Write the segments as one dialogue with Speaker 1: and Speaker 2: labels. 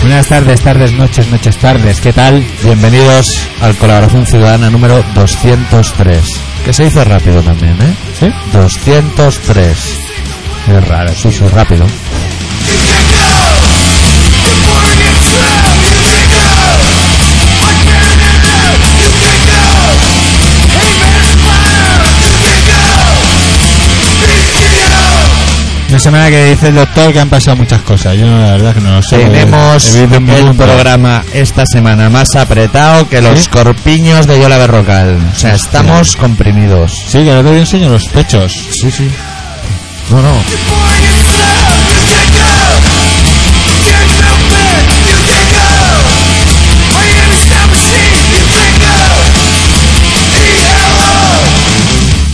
Speaker 1: Buenas tardes, tardes, noches, noches, tardes. ¿Qué tal?
Speaker 2: Bienvenidos al Colaboración Ciudadana número 203. Que se hizo rápido también, ¿eh?
Speaker 1: ¿Sí?
Speaker 2: 203. Es raro, sí, sí, rápido.
Speaker 1: Una semana que dice el doctor que han pasado muchas cosas. Yo no, la verdad que no lo sé.
Speaker 2: Tenemos
Speaker 1: He vivido en mi
Speaker 2: el
Speaker 1: mundo.
Speaker 2: programa esta semana más apretado que los
Speaker 1: ¿Sí?
Speaker 2: corpiños de Yola Berrocal. O sea, estamos comprimidos.
Speaker 1: Sí, que el otro día enseño los pechos.
Speaker 2: Sí, sí. No, no.
Speaker 3: E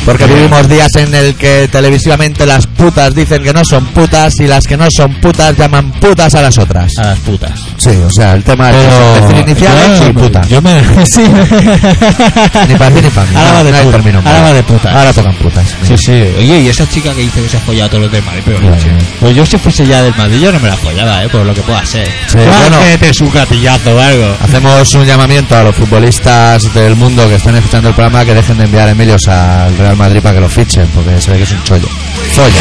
Speaker 2: Porque vivimos días en el que televisivamente las putas dicen que no son putas y las que no son putas llaman putas a las otras.
Speaker 1: A las putas.
Speaker 2: Ah, Sí, o sea, el tema es decir iniciales
Speaker 1: yo,
Speaker 2: y putas.
Speaker 1: Yo me. Sí.
Speaker 2: Ni para ti ni para mí.
Speaker 1: Ahora va de
Speaker 2: No hay
Speaker 1: puta.
Speaker 2: término medio.
Speaker 1: Ahora va de putas.
Speaker 2: Ahora tocan putas.
Speaker 1: Sí, sí.
Speaker 4: Oye, y esa chica que dice que se ha follado a todos los demás, pero leche.
Speaker 1: Pues yo si fuese ya del
Speaker 4: Madrid yo no me la follaba, eh, por lo que pueda ser.
Speaker 2: Sí, bueno.
Speaker 4: Cógete su gatillazo o algo.
Speaker 2: Hacemos un llamamiento a los futbolistas del mundo que están escuchando el programa que dejen de enviar Emilios al Real Madrid para que lo fichen, porque se ve que es un chollo. Folla.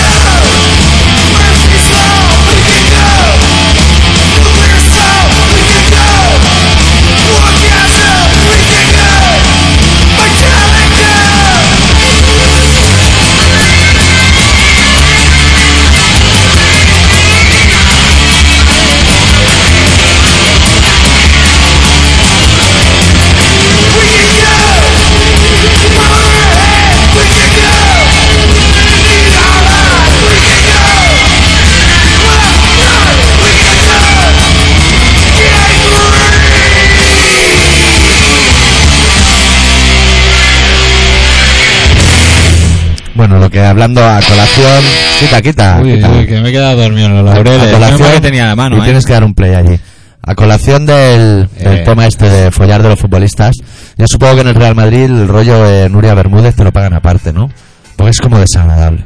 Speaker 2: Bueno, lo que hablando a colación. Quita, quita.
Speaker 1: Uy,
Speaker 2: quita.
Speaker 1: uy, que me he quedado dormido en los
Speaker 2: A- a
Speaker 1: laureles. Menos mal que tenía la
Speaker 2: y
Speaker 1: mano, ¿eh?
Speaker 2: tienes que dar un play allí. A colación del, del
Speaker 1: Eh.
Speaker 2: tema este de follar de los futbolistas, yo supongo que en el Real Madrid el rollo de Nuria Bermúdez te lo pagan aparte, ¿no? Porque es como desagradable.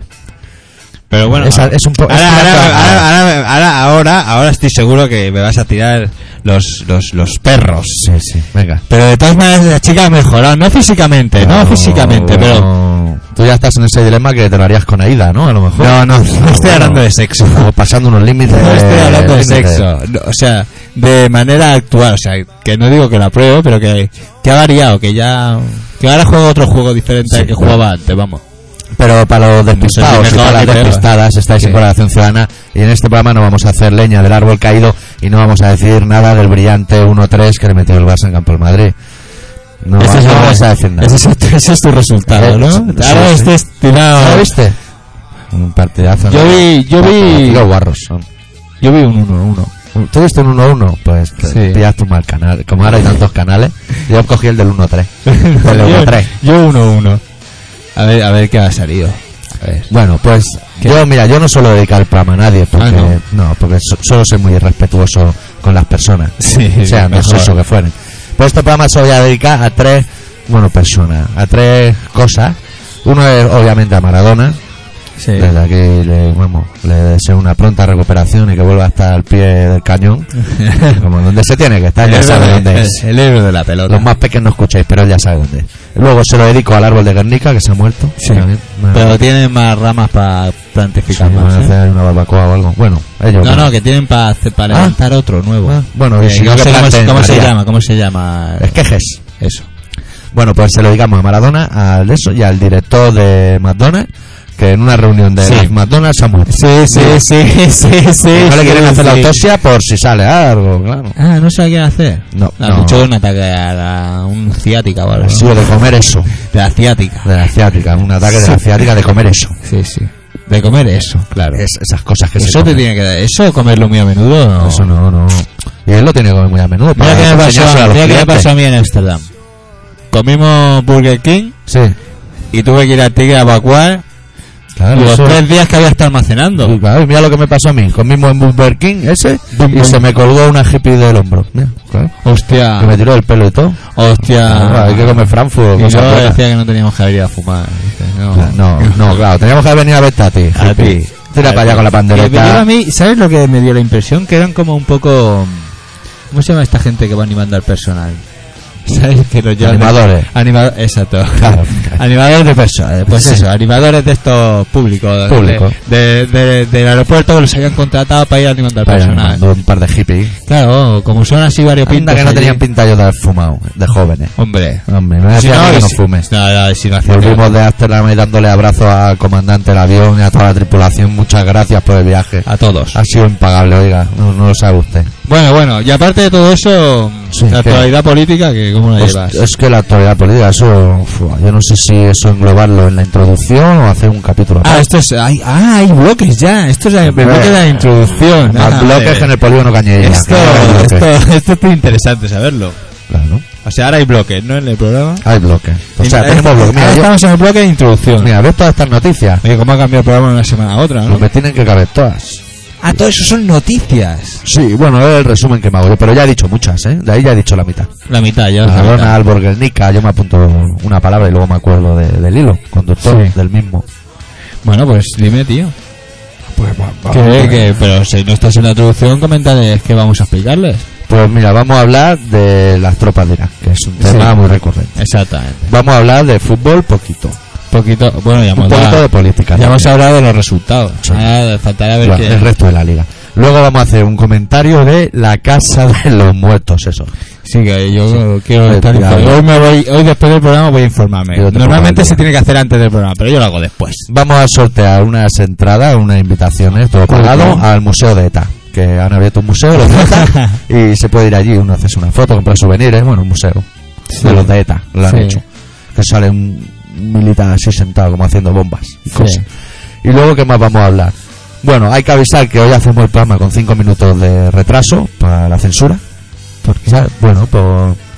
Speaker 4: Pero bueno,
Speaker 2: Es- es un po-
Speaker 4: ahora,
Speaker 2: es una
Speaker 4: ahora,
Speaker 2: cagada.
Speaker 4: ahora, ahora- ahora- ahora- ahora estoy seguro que me vas a tirar los, los, los perros.
Speaker 2: Sí, sí. Venga.
Speaker 1: Pero de todas maneras la chica ha mejorado, no físicamente, no, físicamente, pero...
Speaker 2: bueno, Tú ya estás en ese dilema que te lo harías con Aida, ¿no? A lo mejor.
Speaker 1: No, no, no estoy hablando de sexo.
Speaker 2: O pasando unos límites.
Speaker 1: No estoy
Speaker 4: eh,
Speaker 1: hablando de
Speaker 2: límites.
Speaker 1: sexo, no, o sea, de manera actual, o sea, que no digo que la pruebe, pero que, que ha variado, que ya... Que ahora juega otro juego diferente
Speaker 2: Sí,
Speaker 1: al que
Speaker 2: claro.
Speaker 1: jugaba antes, vamos.
Speaker 2: Pero para los despistados
Speaker 1: No sé si
Speaker 2: y
Speaker 1: mejor
Speaker 2: para
Speaker 1: ni
Speaker 2: las
Speaker 1: peor.
Speaker 2: despistadas estáis
Speaker 1: Sí.
Speaker 2: en Colaboración Ciudadana y en este programa no vamos a hacer leña del árbol caído y no vamos a decir nada del brillante 1-3 que le metió el Barça en campo al Madrid. No,
Speaker 1: Ese
Speaker 2: no
Speaker 1: el-
Speaker 2: vamos a decir nada.
Speaker 1: ese es, tu- ese es tu resultado,
Speaker 2: Eh,
Speaker 1: ¿no?
Speaker 2: sí,
Speaker 1: Ahora
Speaker 2: sí.
Speaker 1: estés tirado...
Speaker 2: ¿Lo viste? Un partidazo.
Speaker 1: Yo
Speaker 2: ¿no?
Speaker 1: vi- yo vi-
Speaker 2: Los guarros son.
Speaker 1: Yo vi un 1-1.
Speaker 2: ¿Tú viste un 1-1? Pues te-
Speaker 1: Sí.
Speaker 2: pillas tu mal canal. Como ahora hay tantos canales, yo cogí el del 1-3. El del
Speaker 1: yo
Speaker 2: 1-3.
Speaker 1: yo 1-1. A ver, a ver qué ha salido. A ver.
Speaker 2: Bueno, pues yo, mira, yo no suelo dedicar el programa a nadie, porque,
Speaker 1: Ah,
Speaker 2: no.
Speaker 1: ¿no?
Speaker 2: porque so- solo soy muy irrespetuoso con las personas,
Speaker 1: Sí,
Speaker 2: sean de
Speaker 1: mejor.
Speaker 2: sexo que fueren. Pues este programa se lo voy a dedicar a tres, bueno, personas, a tres cosas. Uno es obviamente a Maradona,
Speaker 1: Sí.
Speaker 2: desde aquí le, vamos, le deseo una pronta recuperación y que vuelva hasta el pie del cañón, como donde se tiene que estar, ya sabe dónde es.
Speaker 4: El héroe de la pelota.
Speaker 2: Los más pequeños no escucháis, pero él ya sabe dónde es. Luego se lo dedico al árbol de Guernica, que se ha muerto.
Speaker 1: Sí.
Speaker 2: También, una-
Speaker 4: Pero tienen más ramas para
Speaker 2: Sí,
Speaker 4: plantificar
Speaker 2: van a
Speaker 4: más. ¿eh?
Speaker 2: hacer una barbacoa o algo. Bueno, ellos.
Speaker 4: No, no, que tienen para para
Speaker 2: Ah.
Speaker 4: levantar otro nuevo.
Speaker 2: Ah, bueno, y
Speaker 4: Eh,
Speaker 2: si no,
Speaker 4: no
Speaker 2: que
Speaker 4: sé cómo,
Speaker 2: planten,
Speaker 4: se- cómo se
Speaker 2: María.
Speaker 4: llama, cómo se llama
Speaker 2: Esquejes.
Speaker 4: eso.
Speaker 2: Bueno, pues se lo digamos a Maradona, al eso y al director de McDonald's, que en una reunión de
Speaker 1: Sí.
Speaker 2: las McDonald's se ha muerto.
Speaker 1: Sí, sí, sí, sí, sí.
Speaker 2: Y no le quieren
Speaker 1: sí,
Speaker 2: hacer la
Speaker 1: sí.
Speaker 2: autopsia por si sale algo, claro.
Speaker 4: Ah, no sabía qué hacer.
Speaker 2: No,
Speaker 4: Ha
Speaker 2: no.
Speaker 4: dicho un ataque a la, un ciática o algo.
Speaker 2: Ha
Speaker 4: ¿no?
Speaker 2: sido de comer eso,
Speaker 4: De la ciática.
Speaker 2: de la ciática, un ataque de la ciática de comer eso.
Speaker 4: Sí, sí. De comer eso, claro.
Speaker 2: Es- esas cosas que se
Speaker 4: eso te
Speaker 2: comen.
Speaker 4: tiene que dar. Eso comerlo muy a menudo. No.
Speaker 2: Eso no, no. Y él lo tiene que comer muy a menudo.
Speaker 4: Mira
Speaker 2: para
Speaker 4: qué me pasó,
Speaker 2: enseñárselo a los
Speaker 4: mira qué me
Speaker 2: clientes.
Speaker 4: pasó a mí en Amsterdam. Comimos Burger King
Speaker 2: Sí,
Speaker 4: y tuve que ir al Tigre a evacuar
Speaker 2: claro.
Speaker 4: los
Speaker 2: Ah, eso-
Speaker 4: tres días que había estado almacenando.
Speaker 2: Sí, claro, y mira lo que me pasó a mí. Comimos en Burger King ese
Speaker 4: Bum,
Speaker 2: y
Speaker 4: bum.
Speaker 2: se me colgó una hippie del hombro. Mira, claro.
Speaker 4: Hostia,
Speaker 2: Que me tiró el pelo y todo. Claro,
Speaker 4: hostia.
Speaker 2: hay que comer Frankfurt.
Speaker 4: Ah. y
Speaker 2: cosas
Speaker 4: luego
Speaker 2: buenas.
Speaker 4: decía que no teníamos que haber ido a fumar. Dice, no.
Speaker 2: No, no, claro. Teníamos que haber venido a verte a ti.
Speaker 4: A
Speaker 2: hippie.
Speaker 4: ti.
Speaker 2: Tira
Speaker 4: A
Speaker 2: para allá
Speaker 4: ti.
Speaker 2: con la
Speaker 4: Que me dio a
Speaker 2: pandereta.
Speaker 4: mí, ¿sabes lo que me dio la impresión? Que eran como un poco
Speaker 1: ¿Cómo se llama esta gente que va animando al personal? ¿Sabes que los llaman?
Speaker 2: Animadores.
Speaker 1: Anima- exacto.
Speaker 2: Claro.
Speaker 1: animadores de personas. Pues
Speaker 2: Sí.
Speaker 1: eso, animadores de estos públicos.
Speaker 2: Público.
Speaker 1: De, de- de- del aeropuerto que los habían contratado para ir animando al
Speaker 2: Vaya,
Speaker 1: personal.
Speaker 2: mandó un par de hippies.
Speaker 1: Claro, como son así varios
Speaker 2: Pinta que no tenían pinta yo de haber fumado, de jóvenes.
Speaker 1: Hombre.
Speaker 2: Hombre, me
Speaker 1: Si
Speaker 2: decía
Speaker 1: no,
Speaker 2: que no
Speaker 1: si-
Speaker 2: fumes.
Speaker 1: No, no, si no hacía
Speaker 2: Volvimos de Amsterdam y dándole abrazos al comandante del avión y a toda la tripulación. Muchas gracias por el viaje.
Speaker 1: a todos.
Speaker 2: Ha sido impagable, oiga, no, no lo sabe usted.
Speaker 1: Bueno, bueno, y aparte de todo eso,
Speaker 2: Sí,
Speaker 1: la
Speaker 2: ¿qué?
Speaker 1: actualidad política, que ¿cómo la
Speaker 2: Pues,
Speaker 1: llevas?
Speaker 2: es que la actualidad política, eso, fua, yo no sé si eso englobarlo en la introducción o hacer un capítulo.
Speaker 1: Ah, esto es. Hay, ah, hay bloques ya. Esto es el
Speaker 2: Hombre.
Speaker 1: bloque de la introducción.
Speaker 2: Más
Speaker 1: Ah,
Speaker 2: bloques que en
Speaker 1: vale.
Speaker 2: el polígono Cañería.
Speaker 1: esto,
Speaker 2: Claro, hay bloques.
Speaker 1: esto, esto es interesante saberlo.
Speaker 2: Claro,
Speaker 1: O sea, ahora hay bloques, ¿no? En el programa.
Speaker 2: hay bloques. O sea,
Speaker 1: Ahora
Speaker 2: tenemos bloques. Mira,
Speaker 1: ahora
Speaker 2: yo-
Speaker 1: estamos en el bloque de introducción.
Speaker 2: mira, ves todas estas noticias.
Speaker 1: Oye, ¿cómo ha cambiado el programa de una semana a otra,
Speaker 2: Pues
Speaker 1: no?
Speaker 2: me tienen que caber todas.
Speaker 1: Ah, todo eso son noticias.
Speaker 2: Sí, bueno, es el resumen que me hago yo, pero ya he dicho muchas, ¿eh? De ahí ya he dicho la mitad.
Speaker 1: La mitad, ya. la
Speaker 2: Barcelona,
Speaker 1: mitad.
Speaker 2: Alborguernica, yo me apunto una palabra y luego me acuerdo de- del hilo, conductor
Speaker 1: Sí.
Speaker 2: del mismo.
Speaker 1: Bueno, pues dime, tío.
Speaker 2: Pues,
Speaker 1: Que, que- pero si no estás en la introducción, comentales que vamos a explicarles.
Speaker 2: Pues mira, vamos a hablar de las tropas de Irak, que es un tema
Speaker 1: Sí.
Speaker 2: muy recurrente.
Speaker 1: Exactamente.
Speaker 2: Vamos a hablar de fútbol poquito,
Speaker 1: Poquito, bueno, ya
Speaker 2: un
Speaker 1: hemos,
Speaker 2: poquito de
Speaker 1: hablado,
Speaker 2: política.
Speaker 1: ya hemos
Speaker 2: también.
Speaker 1: hablado de los resultados. Ah,
Speaker 2: Sí.
Speaker 1: Ahora faltará ver
Speaker 2: La-
Speaker 1: quién-
Speaker 2: el resto de la liga. Luego vamos a hacer un comentario de la casa de los muertos, eso.
Speaker 1: Sí, que yo quiero
Speaker 2: Eh,
Speaker 1: estar
Speaker 2: ya,
Speaker 1: informado.
Speaker 2: ya.
Speaker 1: Hoy, me voy, hoy después del programa voy a informarme.
Speaker 2: Yo te pongo
Speaker 1: Normalmente
Speaker 2: al
Speaker 1: se
Speaker 2: día.
Speaker 1: tiene que hacer antes del programa, pero yo lo hago después.
Speaker 2: Vamos a sortear unas entradas, unas invitaciones, todo pagado, al Museo de ETA. Que han abierto un museo de los de ETA y se puede ir allí, uno hace una foto, comprar souvenirs, bueno, un museo
Speaker 1: Sí.
Speaker 2: de los de ETA, lo han
Speaker 1: Sí.
Speaker 2: hecho. Que sale un militar así sentado como haciendo bombas y
Speaker 1: Sí.
Speaker 2: cosas. Y luego, ¿qué más vamos a hablar? Bueno, hay que avisar que hoy hacemos el programa con 5 minutos de retraso para la censura. Porque, ¿sabes? Bueno, pues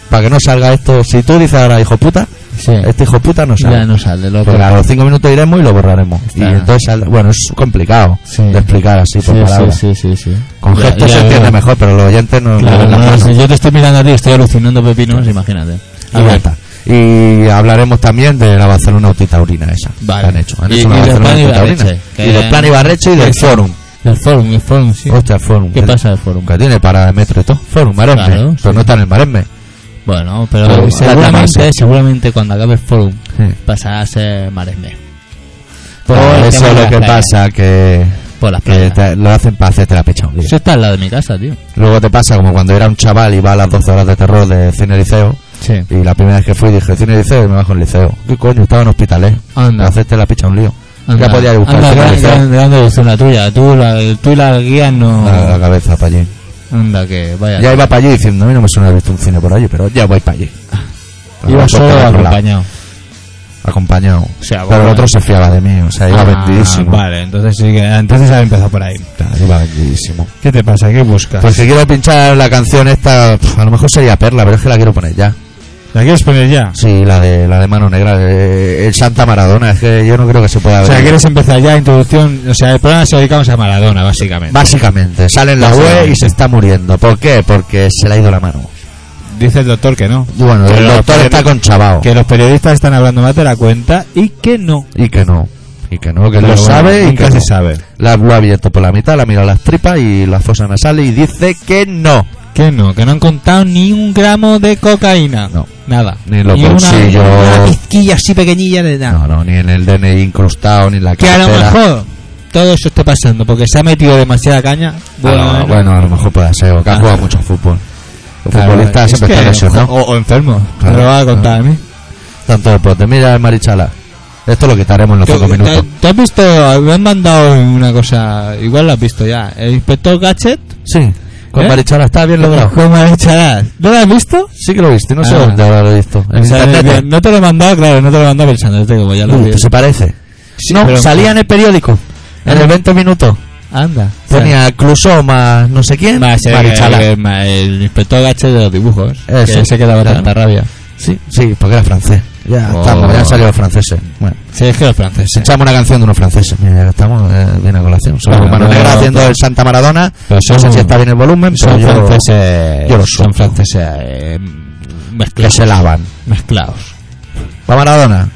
Speaker 2: para que no salga esto, si tú dices ahora hijo puta,
Speaker 1: Sí.
Speaker 2: este hijo puta no sale.
Speaker 1: Ya no sale lo
Speaker 2: Porque a los cinco minutos iremos y lo borraremos.
Speaker 1: Está.
Speaker 2: Y entonces, saldrá- bueno, es complicado
Speaker 1: Sí.
Speaker 2: de explicar así por palabras.
Speaker 1: sí, sí, sí.
Speaker 2: Con
Speaker 1: Ya-
Speaker 2: gestos
Speaker 1: ya
Speaker 2: se
Speaker 1: veo.
Speaker 2: entiende mejor, pero los oyentes no.
Speaker 1: Claro,
Speaker 2: no-
Speaker 1: no,
Speaker 2: no-
Speaker 1: si yo te estoy mirando a ti, estoy alucinando pepinos, imagínate.
Speaker 2: Y ya está. Y hablaremos también de la Barcelona Autitaurina esa.
Speaker 1: Vale.
Speaker 2: Que han hecho. Han
Speaker 1: Y-
Speaker 2: hecho una
Speaker 1: y del
Speaker 2: Barcelona
Speaker 1: Plan
Speaker 2: Autitaurina.
Speaker 1: Ibarreche, que-
Speaker 2: Y del Plan Ibarreche y del
Speaker 1: Sí.
Speaker 2: Forum.
Speaker 1: El forum, el forum, sí.
Speaker 2: Hostia, el Forum.
Speaker 1: ¿Qué
Speaker 2: El-
Speaker 1: pasa el forum?
Speaker 2: Que tiene para metro y todo. Forum, Maremme.
Speaker 1: Claro,
Speaker 2: pero
Speaker 1: sí.
Speaker 2: no está en el Maremme.
Speaker 1: Bueno, pero
Speaker 2: Pero
Speaker 1: seguramente,
Speaker 2: llamarse.
Speaker 1: seguramente cuando acabe el forum
Speaker 2: Sí.
Speaker 1: pasará a ser Maresme. Por
Speaker 2: Ah,
Speaker 1: Pues el
Speaker 2: eso
Speaker 1: tema
Speaker 2: es
Speaker 1: de
Speaker 2: lo
Speaker 1: las
Speaker 2: que
Speaker 1: playas.
Speaker 2: pasa, que,
Speaker 1: Por las
Speaker 2: que
Speaker 1: playas.
Speaker 2: te- lo hacen para hacerte la pecha un día.
Speaker 1: Eso está al lado de mi casa, tío.
Speaker 2: Luego te pasa como cuando era un chaval y va a las 12 horas de terror de cine liceo.
Speaker 1: Sí.
Speaker 2: Y la primera vez que fui dije, cine liceo y me bajo en liceo. ¿Qué coño? Estaba en hospitales.
Speaker 1: Anda.
Speaker 2: Hacerte la picha un lío.
Speaker 1: Anda,
Speaker 2: ya podía buscar
Speaker 1: anda,
Speaker 2: cine
Speaker 1: anda,
Speaker 2: liceo.
Speaker 1: anda, anda, anda, la tuya. Tú, la, el- tú y la guía no.
Speaker 2: Nada, la cabeza para allí.
Speaker 1: Anda, que vaya.
Speaker 2: Ya iba para allí diciendo, a mí no me suena haber visto un cine por allí, pero ya voy para allí.
Speaker 1: iba
Speaker 2: Por
Speaker 1: solo
Speaker 2: otro lado,
Speaker 1: acompañado.
Speaker 2: Acompañado.
Speaker 1: O sea,
Speaker 2: pero el
Speaker 1: bueno.
Speaker 2: otro se fiaba de mí, o sea, iba
Speaker 1: Ah,
Speaker 2: vendidísimo.
Speaker 1: Vale, entonces sí que. Entonces ha empezado por ahí.
Speaker 2: Claro, Iba vendidísimo.
Speaker 1: ¿Qué te pasa? ¿Qué buscas?
Speaker 2: Pues si quiero pinchar la canción esta, pf, a lo mejor sería Perla, pero es que la quiero poner ya.
Speaker 1: ¿La quieres poner ya?
Speaker 2: Sí, la de la de mano negra, eh, el Santa Maradona, es que yo no creo que se pueda
Speaker 1: O
Speaker 2: ver.
Speaker 1: sea, quieres empezar ya introducción. O sea, el programa se lo dedicamos a Maradona, básicamente.
Speaker 2: Básicamente, sale en la web y se está muriendo. ¿Por qué? Porque se le ha ido la mano.
Speaker 1: Dice el doctor que no.
Speaker 2: Y bueno,
Speaker 1: Pero
Speaker 2: el
Speaker 1: los
Speaker 2: doctor
Speaker 1: periodi-
Speaker 2: está con chavao.
Speaker 1: Que los periodistas están hablando más de la cuenta y que no.
Speaker 2: Y que no. Y que no, que
Speaker 1: Pero
Speaker 2: lo
Speaker 1: bueno,
Speaker 2: sabe y
Speaker 1: nunca
Speaker 2: que
Speaker 1: se
Speaker 2: no.
Speaker 1: sabe.
Speaker 2: La, lo ha abierto por la mitad, la ha mirado las tripas y la fosa nasal y dice que no.
Speaker 1: Que no, que no han contado ni un gramo de cocaína.
Speaker 2: No.
Speaker 1: Nada.
Speaker 2: Ni los
Speaker 1: una-
Speaker 2: bolsillos.
Speaker 1: Una, pizquilla así pequeñilla de nada.
Speaker 2: No, no, ni en el DNI incrustado, ni en la
Speaker 1: Ah. que a lo
Speaker 2: cartera.
Speaker 1: mejor todo eso esté pasando porque se ha metido demasiada caña.
Speaker 2: Ah, bueno, a lo mejor puede ser, o que ha
Speaker 1: Ah.
Speaker 2: jugado mucho al fútbol. Los
Speaker 1: claro,
Speaker 2: futbolistas
Speaker 1: es
Speaker 2: siempre
Speaker 1: que-
Speaker 2: están lesionados.
Speaker 1: O, o enfermo.
Speaker 2: Claro,
Speaker 1: me lo va a contar a mí.
Speaker 2: Tanto deporte. Mira el Marichala. Esto lo quitaremos en los
Speaker 1: Yo-
Speaker 2: cinco minutos.
Speaker 1: ¿te- ¿Te has visto? Me han mandado una cosa. Igual lo has visto ya. El inspector Gadget.
Speaker 2: Sí. Con
Speaker 1: ¿Eh?
Speaker 2: Marichala está bien logrado.
Speaker 1: ¿Cómo ha hecho nada? ¿No lo has visto?
Speaker 2: Sí que lo viste, no sé
Speaker 1: Ah.
Speaker 2: dónde ahora lo he visto. En
Speaker 1: O sea,
Speaker 2: internet.
Speaker 1: bien, no te lo he mandado, claro, no te lo he mandado pensando, este como ya lo
Speaker 2: Uy,
Speaker 1: vi.
Speaker 2: ¿te se parece?
Speaker 1: pero- Ah.
Speaker 2: no, salía en el periódico. En el 20 minutos.
Speaker 1: Anda.
Speaker 2: Tenía Clusó más no sé quién.
Speaker 1: Más eh,
Speaker 2: Marichala.
Speaker 1: el, el inspector Gache de los dibujos.
Speaker 2: Eso.
Speaker 1: Que se quedaba
Speaker 2: Claro.
Speaker 1: tanta rabia.
Speaker 2: Sí, sí, porque era francés. Ya
Speaker 1: Oh.
Speaker 2: estamos, ya han salido los franceses. Bueno,
Speaker 1: Sí, es que los franceses.
Speaker 2: echamos una canción de unos franceses. eh. Mira, ya estamos eh, bien a colación. Sobre
Speaker 1: Bueno,
Speaker 2: Mano
Speaker 1: no,
Speaker 2: Negra
Speaker 1: no,
Speaker 2: haciendo
Speaker 1: pero-
Speaker 2: el Santa Maradona.
Speaker 1: pero
Speaker 2: no sé
Speaker 1: son-
Speaker 2: si está bien el volumen, pero
Speaker 1: Son
Speaker 2: Pues yo-
Speaker 1: franceses.
Speaker 2: yo lo
Speaker 1: son
Speaker 2: soy.
Speaker 1: franceses eh,
Speaker 2: que
Speaker 1: mezclados.
Speaker 2: se lavan.
Speaker 1: Mezclados.
Speaker 2: Va Maradona.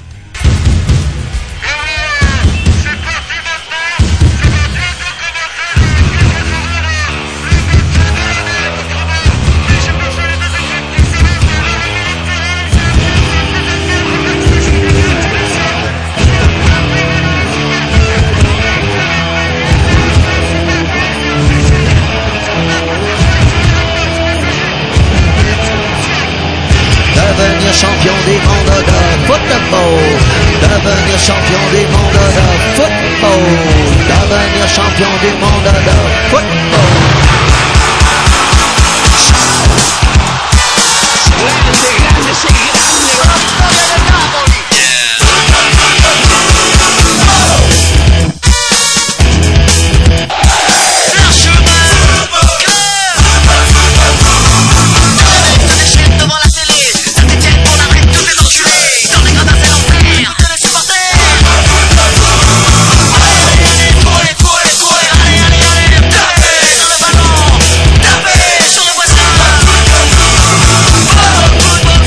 Speaker 5: champion du monde de football. Devenir champion du monde de football. Devenir champion du monde de football.
Speaker 3: devant la télé, ça t'étienne pour la règle, tous les enculés, dans les gradins c'est l'enfer, que les supporters. Allez, allez, courez, courez, courez, allez, allez, allez, tapez sur le ballon, tapez sur le voisin. Football, football,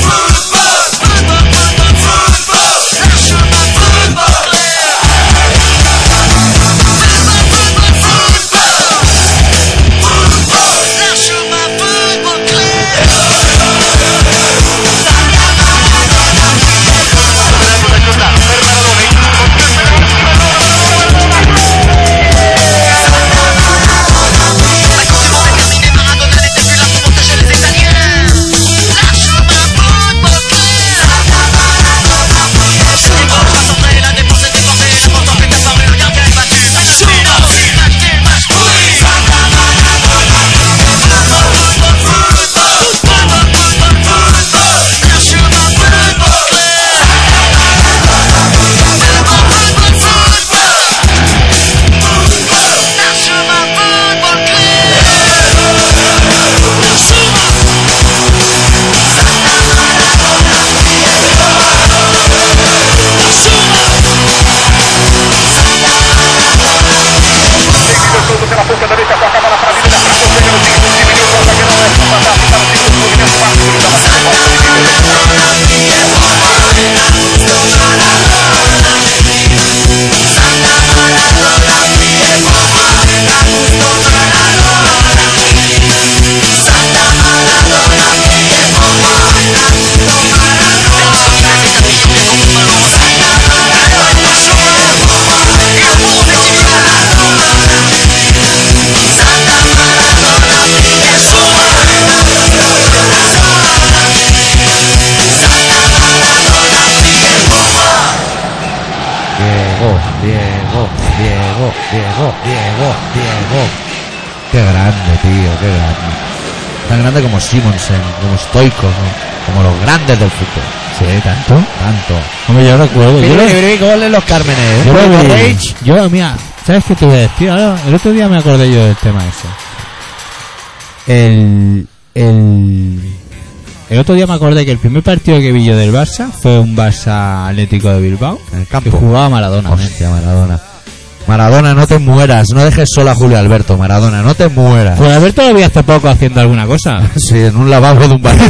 Speaker 3: football, football, football, football, lâche-moi football. Football, football, football, football, lâche-moi football, clé. La Coupe du Monde est terminée, Maradona n'était plus là pour protéger les Italiens. Lâche-moi football club. Ce dimanche rassemblé, la dépense est débordée, l'important est apparu, le gardien est battu. Penalty, penalty, match nul, match pourri. Football, football, football, football, football, football. Lâche-moi football club. Football, football, football. Lâche-moi football club.
Speaker 2: Diego, Diego, Diego, Diego, Diego, Diego. Qué grande, tío, qué grande. Tan grande como Simonsen, como Stoico, ¿no? como los grandes del fútbol. Sí, tanto, tanto.
Speaker 1: Hombre, yo recuerdo. Yo,
Speaker 2: Yo
Speaker 1: lo-
Speaker 2: le goles los Cármenes.
Speaker 1: yo,
Speaker 2: Goles
Speaker 1: lo-
Speaker 2: Rage.
Speaker 1: yo, mira, ¿sabes qué te voy a decir? Ahora, el otro día me acordé yo del tema ese. El, el, el otro día me acordé que el primer partido que vi yo del Barça fue un Barça Atlético de Bilbao.
Speaker 2: En el
Speaker 1: Que
Speaker 2: campo.
Speaker 1: jugaba Maradona. ¿eh?
Speaker 2: Hostia, Maradona. Maradona, no te mueras. No dejes sola a Julio Alberto, Maradona. No te mueras.
Speaker 1: Pues Alberto lo vi hace poco haciendo alguna cosa.
Speaker 2: Sí, en un lavabo de un barrio.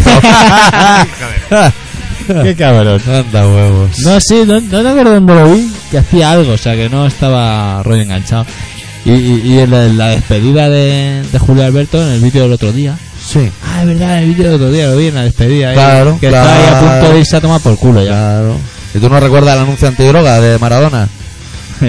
Speaker 1: Qué cabrón.
Speaker 2: Anda huevos.
Speaker 1: No, sí, no, no me acuerdo dónde lo vi, que hacía algo, o sea, que no estaba rollo enganchado. Y, y, y en la, en la despedida de, de Julio Alberto en el vídeo del otro día.
Speaker 2: Sí.
Speaker 1: Ah, es verdad, en el vídeo del otro día lo vi en la despedida. ahí,
Speaker 2: Claro,
Speaker 1: Que
Speaker 2: claro.
Speaker 1: estaba ahí a punto de irse a tomar por culo ya.
Speaker 2: Claro. ¿Y tú no recuerdas el anuncio antidroga de Maradona?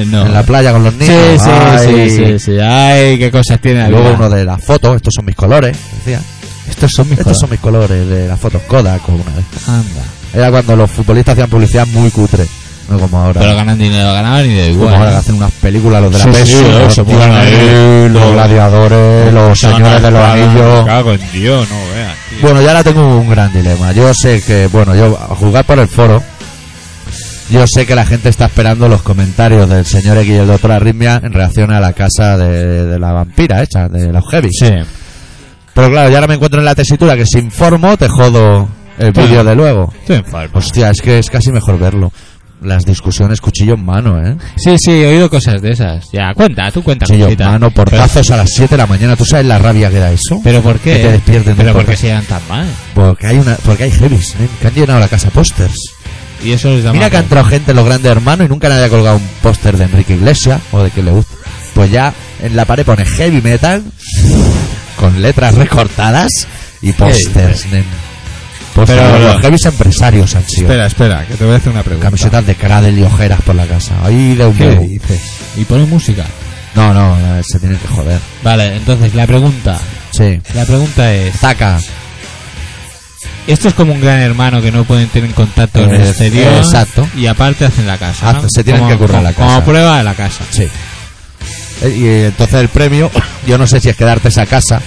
Speaker 1: No.
Speaker 2: En la playa con los
Speaker 1: Sí,
Speaker 2: niños.
Speaker 1: sí,
Speaker 2: Ay.
Speaker 1: sí, sí, sí. Ay, qué cosas tiene
Speaker 2: Y
Speaker 1: la
Speaker 2: luego
Speaker 1: vida.
Speaker 2: uno de las fotos, estos son mis colores. Decía.
Speaker 1: Estos son mis
Speaker 2: Estos son mis colores de las fotos Kodak o una de estas.
Speaker 1: cosas. Anda.
Speaker 2: Era cuando los futbolistas hacían publicidad muy cutre. No como ahora.
Speaker 1: Pero ganan dinero, ganaban y de
Speaker 2: como
Speaker 1: igual.
Speaker 2: ahora que hacen unas películas los de la
Speaker 1: Sí,
Speaker 2: PES,
Speaker 1: sí, eh,
Speaker 2: los,
Speaker 1: se ponen
Speaker 2: tiran
Speaker 1: ahí,
Speaker 2: ahí, los
Speaker 1: los-
Speaker 2: gladiadores, los señores de los anillos.
Speaker 1: cago en Dios, no veas, tío.
Speaker 2: Bueno, ya ahora tengo un gran dilema. Yo sé que, bueno, yo a jugar por el foro, yo sé que la gente está esperando los comentarios del señor X y el doctor Arritmia en relación a la casa de, de la vampira hecha, de los heavy.
Speaker 1: Sí.
Speaker 2: Pero claro, ya ahora me encuentro en la tesitura que si informo te jodo el
Speaker 1: Claro.
Speaker 2: vídeo de luego.
Speaker 1: Estoy enfermo.
Speaker 2: Hostia, es que es casi mejor verlo. Las discusiones cuchillo en mano, ¿eh?
Speaker 1: Sí, sí, he oído cosas de esas. Ya, cuenta, tú cuenta.
Speaker 2: Cuchillo en
Speaker 1: cosita.
Speaker 2: mano, portazos a las 7 de la mañana. ¿Tú sabes la rabia que da eso?
Speaker 1: ¿Pero por qué?
Speaker 2: Que te despierten de
Speaker 1: ¿Pero por qué
Speaker 2: portazo.
Speaker 1: se llevan tan mal?
Speaker 2: Porque hay una, porque hay heavies, ¿eh? que han llenado la casa pósters.
Speaker 1: Y eso les da
Speaker 2: Mira
Speaker 1: mal.
Speaker 2: que ha entrado gente en los grandes hermanos y nunca nadie ha colgado un póster de Enrique Iglesias o de quien le gusta. Pues ya en la pared pone heavy metal con letras recortadas y pósters, nen. Pósters
Speaker 1: Pero,
Speaker 2: de los
Speaker 1: no.
Speaker 2: heavies empresarios han sido.
Speaker 4: Espera, espera, que te voy a hacer una pregunta.
Speaker 2: Camisetas de Cradle y ojeras por la casa. Ay, de un
Speaker 1: ¿Qué
Speaker 2: huevo.
Speaker 1: dices? Y pone música.
Speaker 2: No, no, eh, se tiene que joder.
Speaker 1: Vale, entonces la pregunta.
Speaker 2: Sí.
Speaker 1: La pregunta es:
Speaker 2: Taca.
Speaker 1: Esto es como un gran hermano que no pueden tener contacto con el
Speaker 2: Eh,
Speaker 1: exterior.
Speaker 2: eh, exacto.
Speaker 1: Y aparte hacen la casa.
Speaker 2: Hacen-
Speaker 1: ¿no?
Speaker 2: se tienen que currar la
Speaker 1: Como
Speaker 2: casa.
Speaker 1: prueba de la casa.
Speaker 2: Sí. Eh, Y eh, entonces el premio, yo no sé si es quedarte esa casa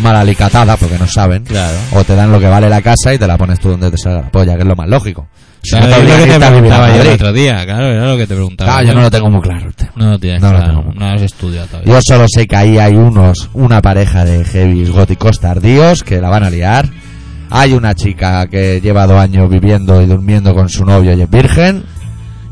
Speaker 2: mal alicatada, porque no saben.
Speaker 1: Claro.
Speaker 2: O te dan lo que vale la casa y te la pones tú donde te salga la polla, que es lo más lógico. Si
Speaker 1: Claro,
Speaker 2: no te
Speaker 1: es lo
Speaker 2: obligan
Speaker 1: que
Speaker 2: a
Speaker 1: te
Speaker 2: irte a vivir a
Speaker 1: preguntaba yo el
Speaker 2: Madrid.
Speaker 1: otro día, claro, era lo que te preguntaba.
Speaker 2: Claro, yo no lo tengo muy claro. el tema.
Speaker 1: No lo tienes,
Speaker 2: No lo
Speaker 1: claro,
Speaker 2: tengo muy
Speaker 1: no lo has estudiado todavía.
Speaker 2: Yo solo sé que ahí hay unos, una pareja de heavies góticos tardíos que la van a liar. Hay una chica que lleva dos años viviendo y durmiendo con su novio y es virgen.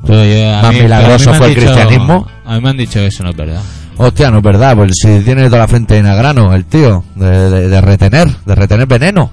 Speaker 1: Yo- yo- a
Speaker 2: Más
Speaker 1: pero a
Speaker 2: milagroso
Speaker 1: me han
Speaker 2: fue el cristianismo.
Speaker 1: A mí me han dicho que eso no es verdad.
Speaker 2: Hostia, no es verdad, pues si tiene toda la frente en agrano el tío, de, de- de retener, de retener veneno.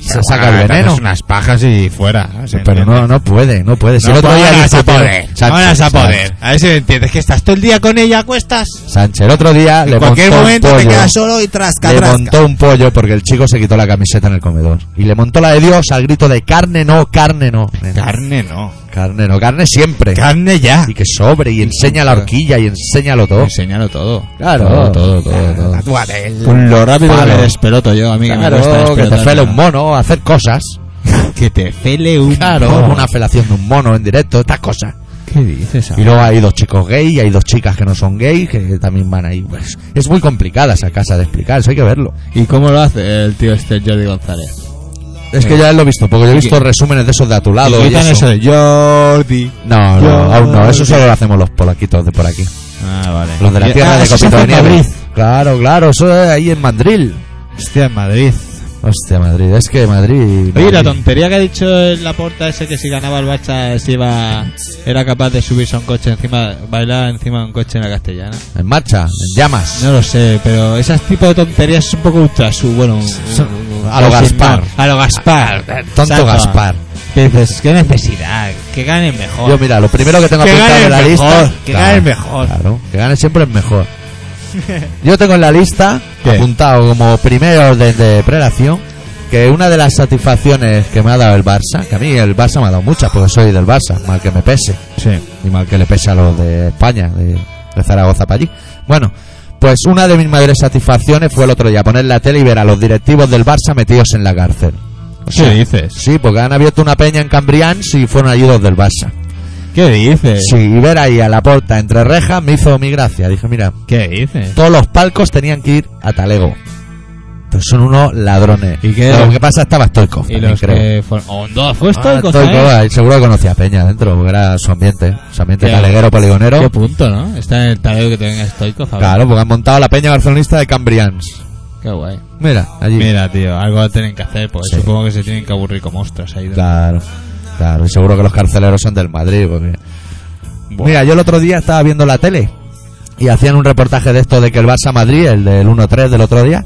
Speaker 2: Se saca el veneno.
Speaker 4: unas pajas y fuera. ¿se
Speaker 2: Pero
Speaker 4: entiende?
Speaker 2: no, no puede, no puede. Si el
Speaker 4: No
Speaker 2: otro día
Speaker 4: pongas a
Speaker 2: discutieron-
Speaker 4: poder.
Speaker 2: Sánchez,
Speaker 4: No pongas a poder. A ver si me entiendes. Que estás todo el día con ella a cuestas.
Speaker 2: Sánchez, el otro día le
Speaker 4: En cualquier
Speaker 2: montó un
Speaker 4: momento te
Speaker 2: pollo.
Speaker 4: quedas solo y trasca,
Speaker 2: le
Speaker 4: trasca.
Speaker 2: montó un pollo porque el chico se quitó la camiseta en el comedor. Y le montó la de Dios al grito de carne no, carne no.
Speaker 4: Carne no.
Speaker 2: Carne no, carne siempre.
Speaker 4: Carne ya.
Speaker 2: y que sobre y enseña la horquilla y enséñalo todo.
Speaker 4: Enseñalo todo.
Speaker 2: Claro.
Speaker 1: Todo, todo, todo. todo.
Speaker 4: Tatúate el-
Speaker 1: Con lo rápido
Speaker 2: Claro.
Speaker 1: que me despeloto yo, a mí que me
Speaker 2: Claro,
Speaker 1: cuesta
Speaker 2: que te
Speaker 1: despelotarme.
Speaker 2: fele un mono, hacer cosas.
Speaker 4: Que te fele un.
Speaker 2: Claro, una felación de un mono en directo, estas cosas.
Speaker 1: ¿Qué dices?
Speaker 2: Y luego hay dos chicos gay y hay dos chicas que no son gay que también van ahí. Pues, es muy complicada esa casa de explicar, eso hay que verlo.
Speaker 1: ¿Y cómo lo hace el tío este Jordi González?
Speaker 2: Es que ya lo he visto, porque yo he visto resúmenes de esos de a tu lado. y eso.
Speaker 4: de Jordi.
Speaker 2: No, no,
Speaker 4: Yo-
Speaker 2: aún no, eso solo lo hacemos los polaquitos de por aquí.
Speaker 4: Ah, vale.
Speaker 2: Los de la
Speaker 4: Ya-
Speaker 2: tierra
Speaker 4: ah,
Speaker 2: de
Speaker 4: eso se
Speaker 2: Copito de
Speaker 4: hace en
Speaker 2: Nieve.
Speaker 4: Madrid.
Speaker 2: Claro, claro, eso es ahí en Madrid.
Speaker 4: Hostia, en Madrid.
Speaker 2: Hostia, Madrid, es que Madrid.
Speaker 1: Oye, la
Speaker 2: Madrid.
Speaker 1: tontería que ha dicho en la porta ese que si ganaba el Barça se iba, era capaz de subirse a un coche encima, bailar encima de un coche en la castellana.
Speaker 2: En marcha, en llamas.
Speaker 1: No lo sé, pero esas tipo de tonterías es un poco ultra su, bueno, un- un-
Speaker 2: a lo Gaspar.
Speaker 1: A lo Gaspar.
Speaker 2: Eh, Tonto
Speaker 1: Exacto.
Speaker 2: Gaspar.
Speaker 1: Que dices, qué necesidad, que ganen mejor.
Speaker 2: Yo, mira, lo primero que tengo
Speaker 1: Que
Speaker 2: apuntado
Speaker 1: gane
Speaker 2: en la
Speaker 1: el mejor,
Speaker 2: lista.
Speaker 1: que gane el mejor.
Speaker 2: Claro, que gane siempre el mejor. Yo tengo en la lista,
Speaker 4: ¿Qué?
Speaker 2: apuntado como primero desde prelación, que una de las satisfacciones que me ha dado el Barça, que a mí el Barça me ha dado muchas, porque soy del Barça, mal que me pese.
Speaker 4: Sí.
Speaker 2: y mal que le pese a los de España, de, de Zaragoza para allí. Bueno, pues una de mis mayores satisfacciones fue el otro día poner la tele y ver a los directivos del Barça metidos en la cárcel. O sea,
Speaker 4: ¿Qué dices?
Speaker 2: Sí, porque han abierto una peña en Cambrians y fueron allí dos del Barça.
Speaker 4: ¿Qué
Speaker 1: Eh,
Speaker 4: dices?
Speaker 2: Sí, y ver ahí a la puerta entre rejas me hizo mi gracia. Dije, mira,
Speaker 4: ¿Qué dices?
Speaker 2: todos los palcos tenían que ir a Talego. Pues son unos ladrones.
Speaker 1: ¿Y qué?
Speaker 2: Lo que pasa estaba Stoikov.
Speaker 1: y
Speaker 2: también,
Speaker 1: los
Speaker 2: creo.
Speaker 1: que fueron. ¿O en dos fue
Speaker 2: Ah,
Speaker 1: Stoico,
Speaker 2: Stoikov,
Speaker 1: ¿sabes?
Speaker 2: ahí seguro que conocía a Peña dentro, porque era su ambiente. Su ambiente
Speaker 1: Qué-
Speaker 2: taleguero, poligonero.
Speaker 1: Qué punto, ¿no? Está en el taleo que te venga Stoico,
Speaker 2: Claro, porque han montado la peña barcelonista de Cambrians.
Speaker 1: Qué guay.
Speaker 2: Mira, allí.
Speaker 1: Mira, tío, algo tienen que hacer, pues
Speaker 2: Sí.
Speaker 1: supongo que se tienen que aburrir como ostras ahí. dentro.
Speaker 2: Claro, claro. Y seguro que los carceleros son del Madrid. Porque... Mira, yo el otro día estaba viendo la tele y hacían un reportaje de esto de que el Barça Madrid, el del 1-3 del otro día,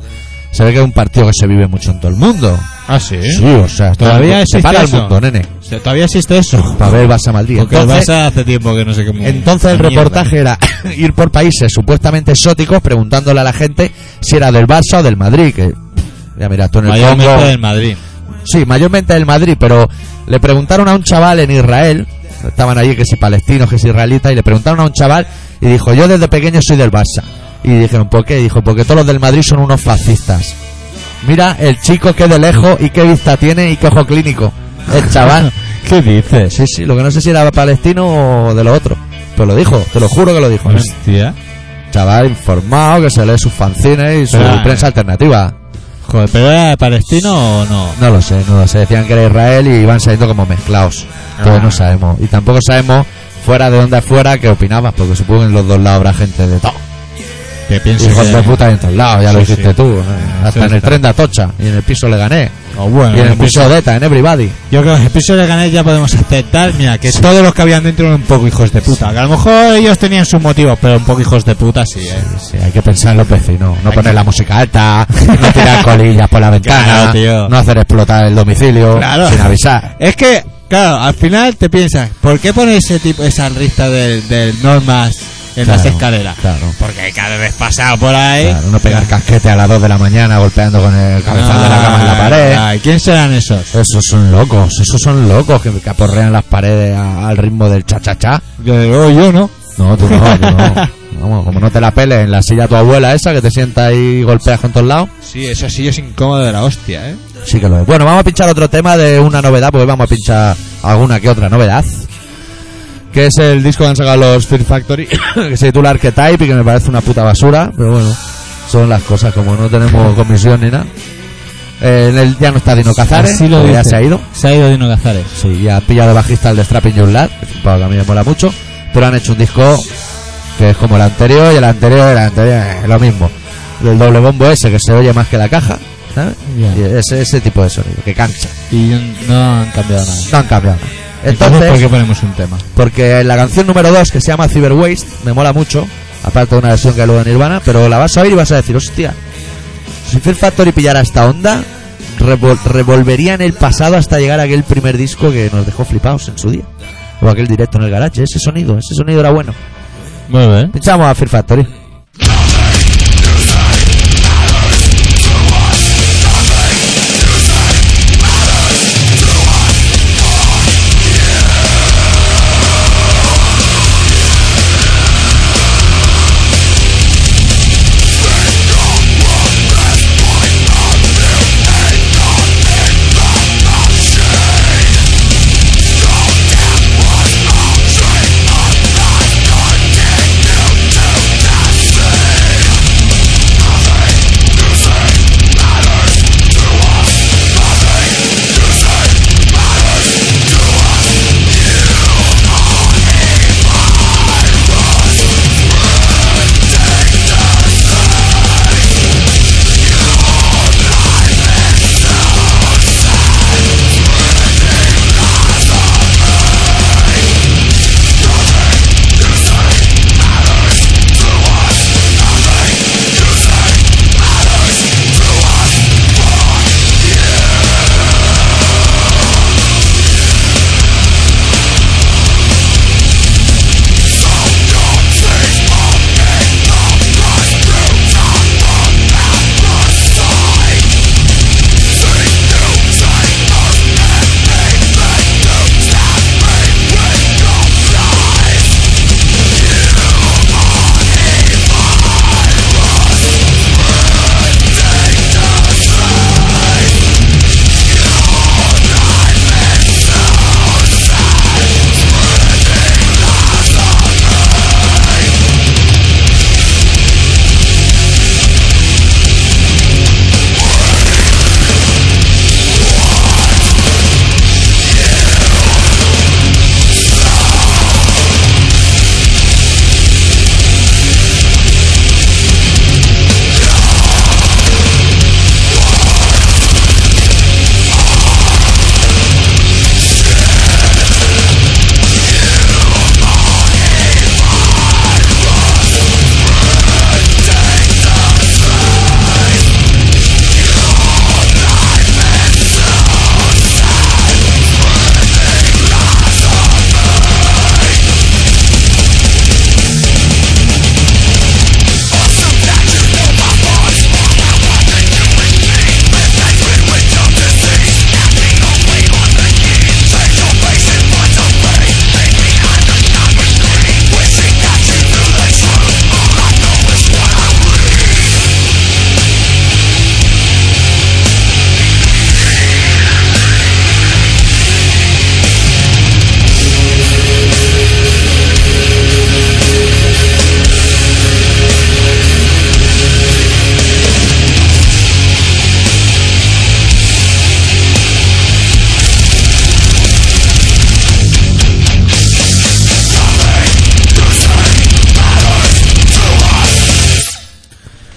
Speaker 2: se ve que es un partido que se vive mucho en todo el mundo.
Speaker 1: Ah, sí.
Speaker 2: Sí, o sea,
Speaker 1: ¿Todavía
Speaker 2: se
Speaker 1: existe
Speaker 2: para el
Speaker 1: eso?
Speaker 2: mundo, nene.
Speaker 1: O sea, Todavía existe eso.
Speaker 2: Para ver el Barça Madrid.
Speaker 1: Porque el
Speaker 2: Entonces-
Speaker 1: Barça hace tiempo que no sé qué. mu-
Speaker 2: Entonces el
Speaker 1: qué mierda.
Speaker 2: reportaje era ir por países supuestamente exóticos preguntándole a la gente si era del Barça o del Madrid. Que ya mira, tú en el
Speaker 1: Mayormente
Speaker 2: Congo-
Speaker 1: del Madrid.
Speaker 2: Sí, mayormente del Madrid, pero le preguntaron a un chaval en Israel, estaban allí que si palestinos, que si israelitas, y le preguntaron a un chaval y dijo, yo desde pequeño soy del Barça. Y dijeron, ¿por qué? Y dijo, porque todos los del Madrid son unos fascistas. Mira el chico que de lejos y qué vista tiene y qué ojo clínico. El chaval.
Speaker 1: ¿Qué dices?
Speaker 2: Sí, sí, lo que no sé si era palestino o de lo otro. Pero lo dijo, te lo juro que lo dijo. ¿eh?
Speaker 1: Hostia.
Speaker 2: Chaval informado que se lee sus fanzines y su
Speaker 1: Pero,
Speaker 2: prensa
Speaker 1: eh,
Speaker 2: alternativa.
Speaker 1: Joder, ¿pero era palestino o no?
Speaker 2: No lo sé, no lo sé. Decían que era Israel y iban saliendo como mezclados. Entonces
Speaker 1: Ah.
Speaker 2: no sabemos. Y tampoco sabemos, fuera de onda fuera, qué opinabas, porque supongo que en los dos lados habrá gente de todo.
Speaker 1: Que pienso
Speaker 2: Hijos
Speaker 1: que...
Speaker 2: de puta en todos lados, ya lo
Speaker 1: Sí,
Speaker 2: hiciste
Speaker 1: sí. Ah,
Speaker 2: tú. ¿no? Hasta en el
Speaker 1: está.
Speaker 2: tren de Atocha, y en el piso le gané.
Speaker 1: ¿eh? O bueno,
Speaker 2: y en el
Speaker 1: yo pienso-
Speaker 2: museo de ETA, en Everybody.
Speaker 1: yo creo que el piso de Canel ya podemos aceptar. Mira, que todos los que habían dentro eran un poco hijos de puta. Que a lo mejor ellos tenían sus motivos, pero un poco hijos de puta sí, eh.
Speaker 2: Sí, hay que pensar en los vecinos. No poner la música alta, no tirar colillas por la ventana,
Speaker 1: Claro, tío.
Speaker 2: no hacer explotar el domicilio
Speaker 1: Claro.
Speaker 2: sin avisar.
Speaker 1: Es que, claro, al final te piensas, ¿por qué poner ese tipo, esa lista de, de normas en las
Speaker 2: Claro,
Speaker 1: escaleras? ¿Eh?
Speaker 2: Claro.
Speaker 1: Porque cada vez pasado por ahí.
Speaker 2: Claro, no pegar casquete a las 2 de la mañana golpeando con el cabezal de la cama en la
Speaker 1: Ah,
Speaker 2: pared.
Speaker 1: Ay, ¿Quién serán esos?
Speaker 2: Esos son locos, esos son locos que, que aporrean las paredes a- al ritmo del cha-cha-cha.
Speaker 1: Yo, yo no.
Speaker 2: No, tú no, tú no. vamos, como no te la peles en la silla de tu abuela esa que te sienta ahí y golpeas con todos lados.
Speaker 4: Sí, eso sí es incómodo de la hostia, ¿eh?
Speaker 2: Sí que lo es. Bueno, vamos a pinchar otro tema de una novedad, porque vamos a pinchar alguna que otra novedad. Que es el disco que han sacado los Fear Factory, que se titula Archetype y que me parece una puta basura, pero bueno, son las cosas, como no tenemos comisión ni nada. Eh, en el, ya no está Dino Cazares,
Speaker 1: Así lo
Speaker 2: que ya
Speaker 1: dice.
Speaker 2: se ha ido.
Speaker 1: Se ha ido Dino Cazares.
Speaker 2: Sí, ya ha pillado de bajista el de Strapping Your Lad, que es un pavo que a mí me mola mucho, pero han hecho un disco que es como el anterior y el anterior y el anterior, eh, lo mismo. El doble bombo ese que se oye más que la caja, ¿sabes?
Speaker 1: Ya.
Speaker 2: Y ese, ese tipo de sonido, que cancha.
Speaker 1: Y no han cambiado nada.
Speaker 2: No han cambiado. nada.
Speaker 1: Entonces, ¿por
Speaker 2: Entonces,
Speaker 1: qué ponemos un tema?
Speaker 2: porque la canción número 2 que se llama Cyber Waste me mola mucho, aparte de una versión que hay luego de Nirvana, pero la vas a oír y vas a decir, hostia, si Fear Factory pillara esta onda, revol- revolvería en el pasado hasta llegar a aquel primer disco que nos dejó flipados en su día. O aquel directo en el garage, ese sonido, ese sonido era bueno.
Speaker 1: Muy bien.
Speaker 2: Pinchamos a Fear Factory.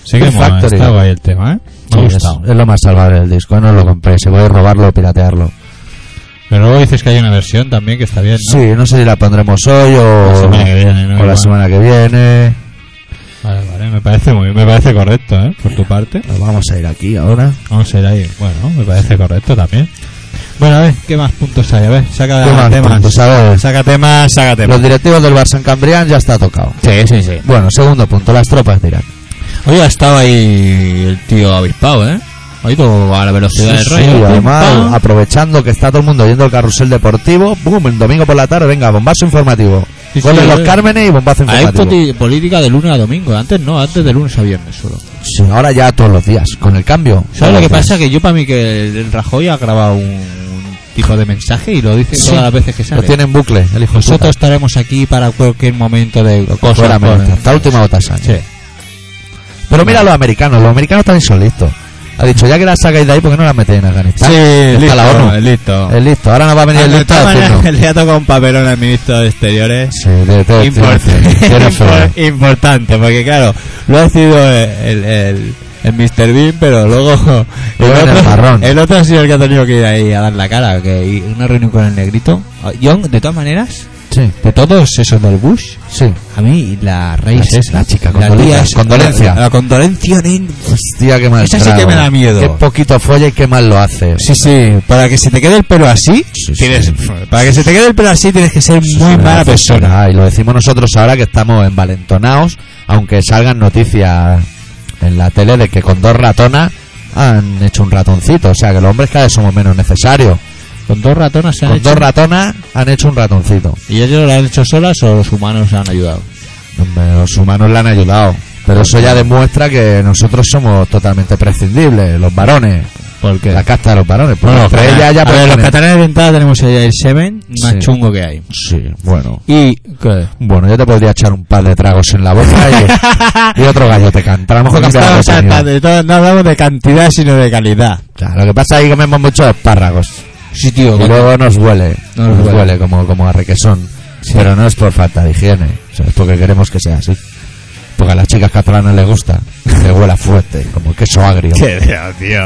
Speaker 4: Sí que
Speaker 2: Fear
Speaker 4: mola,
Speaker 2: Factory.
Speaker 4: está guay el tema, ¿eh? Me ha
Speaker 2: Sí, es,
Speaker 4: gustado.
Speaker 2: es lo más salvable del disco, no lo compré, si voy a robarlo o piratearlo.
Speaker 4: Pero luego dices que hay una versión también que está bien, ¿no?
Speaker 2: Sí, no sé si la pondremos hoy o
Speaker 4: La semana que viene, ¿no?
Speaker 2: o la
Speaker 4: Igual.
Speaker 2: semana que viene.
Speaker 4: Vale, vale, me parece muy me parece correcto, ¿eh? Por tu parte.
Speaker 2: Nos vamos a ir aquí ahora.
Speaker 4: Vamos a ir ahí. Bueno, me parece correcto también. Bueno, a ver, ¿qué más puntos hay? A ver, saca
Speaker 2: ¿Qué más
Speaker 4: temas.
Speaker 2: puntos? A ver.
Speaker 4: Saca temas, saca
Speaker 2: Los
Speaker 4: temas.
Speaker 2: directivos del Barça en Cambrián ya está tocado.
Speaker 1: Sí, sí, sí.
Speaker 2: Bueno, segundo punto, las tropas dirán.
Speaker 1: Hoy ha estado ahí el tío avispado, ¿eh?
Speaker 6: Ahí como a la velocidad
Speaker 2: Sí,
Speaker 6: del
Speaker 2: sí,
Speaker 6: rollo. pum,
Speaker 2: además,
Speaker 6: pam.
Speaker 2: aprovechando que está todo el mundo yendo al carrusel deportivo, boom, el domingo por la tarde, venga, bombazo informativo.
Speaker 6: Sí,
Speaker 2: Goles
Speaker 6: sí,
Speaker 2: los
Speaker 6: eh.
Speaker 2: Cármenes y bombazo
Speaker 6: Hay
Speaker 2: informativo.
Speaker 6: poti- política de lunes a domingo. Antes no, antes de lunes a viernes solo.
Speaker 2: Sí, ahora ya todos los días, con el cambio.
Speaker 6: ¿Sabes lo que
Speaker 2: Todos los
Speaker 6: pasa? Que yo para mí que el Rajoy ha grabado un tipo de mensaje y lo dice
Speaker 2: Sí.
Speaker 6: todas las veces que
Speaker 2: días. Lo
Speaker 6: sale.
Speaker 2: tiene en bucle, el hijo de
Speaker 6: Nosotros
Speaker 2: puta.
Speaker 6: estaremos aquí para cualquier momento de cosas.
Speaker 2: Fuera
Speaker 6: por-
Speaker 2: América, hasta la última gota de sangre.
Speaker 6: Sí.
Speaker 2: Pero mira a los americanos, los americanos también son listos. Ha dicho, ya que la sacáis de ahí, porque no la metéis en Afganistán?
Speaker 1: Sí,
Speaker 2: Está
Speaker 1: listo,
Speaker 2: la ONU.
Speaker 1: listo. Ah,
Speaker 2: Es listo, ahora nos va a
Speaker 6: Ah,
Speaker 2: venir el
Speaker 1: De
Speaker 2: listo a
Speaker 1: todas maneras,
Speaker 2: decirnos.
Speaker 1: le ha tocado un papelón al ministro de Exteriores.
Speaker 2: Sí, de- de- de-
Speaker 1: Importante,
Speaker 2: tiene fe.
Speaker 6: ¿eh?
Speaker 1: importante, porque claro, lo ha sido el, el, el, el Mr. Bean, pero luego
Speaker 2: Luego en el marrón.
Speaker 1: el otro ha sido el que ha tenido que ir ahí a dar la cara, que y una reunión con el negrito. Ah, John, de todas maneras,
Speaker 2: Sí,
Speaker 1: de todos esos del Bush,
Speaker 2: sí.
Speaker 1: a mí la raíz
Speaker 2: La-
Speaker 1: es
Speaker 2: la chica,
Speaker 1: la
Speaker 2: condolencia,
Speaker 1: tía es-
Speaker 2: condolencia.
Speaker 1: La, la condolencia, nen.
Speaker 2: Hostia, qué mal.
Speaker 1: Esa sí
Speaker 2: trago. eh.
Speaker 1: que me da miedo.
Speaker 2: Qué poquito folla y qué mal lo hace.
Speaker 1: Sí, sí, para que se te quede el pelo así, tienes, para que se te quede el pelo así tienes que ser muy
Speaker 2: Sí,
Speaker 1: mala
Speaker 2: hace
Speaker 1: persona.
Speaker 2: sonar, Y lo decimos nosotros ahora que estamos envalentonados, aunque salgan noticias en la tele de que con dos ratonas han hecho un ratoncito. O sea, que los hombres cada vez somos menos necesarios.
Speaker 6: Con dos ratonas se han
Speaker 2: Con
Speaker 6: hecho.
Speaker 2: dos ratonas han hecho un ratoncito.
Speaker 6: ¿Y ellos lo han hecho solas o los humanos han ayudado?
Speaker 2: Hombre, Los humanos le han ayudado. Pero eso ya demuestra que nosotros somos totalmente prescindibles, los varones.
Speaker 6: Porque
Speaker 2: La casta de los varones. Porque
Speaker 6: Bueno, los
Speaker 2: entre ellas
Speaker 6: catalanes-
Speaker 2: ya
Speaker 6: a ver, los
Speaker 2: pertenecen.
Speaker 6: catalanes de entrada tenemos ahí el Seven más
Speaker 2: Sí.
Speaker 6: chungo que hay.
Speaker 2: Sí, bueno.
Speaker 6: ¿Y qué?
Speaker 2: Bueno, yo te podría echar un par de tragos en la boca y, y otro gallo te canta. A lo mejor cambiamos
Speaker 1: Estamos
Speaker 2: de opinión.
Speaker 1: hablando de todo- no hablamos de cantidad, sino de calidad.
Speaker 2: Ya, lo que pasa es que comemos muchos espárragos.
Speaker 6: Sí, tío.
Speaker 2: Y luego nos huele.
Speaker 6: No
Speaker 2: nos
Speaker 6: nos
Speaker 2: huele,
Speaker 6: huele.
Speaker 2: como, como a requesón. Pero no es por falta de higiene. o sea, es porque queremos que sea así. Porque a las chicas catalanas les gusta. Que huela fuerte, como el queso agrio.
Speaker 1: Qué Dios, tío.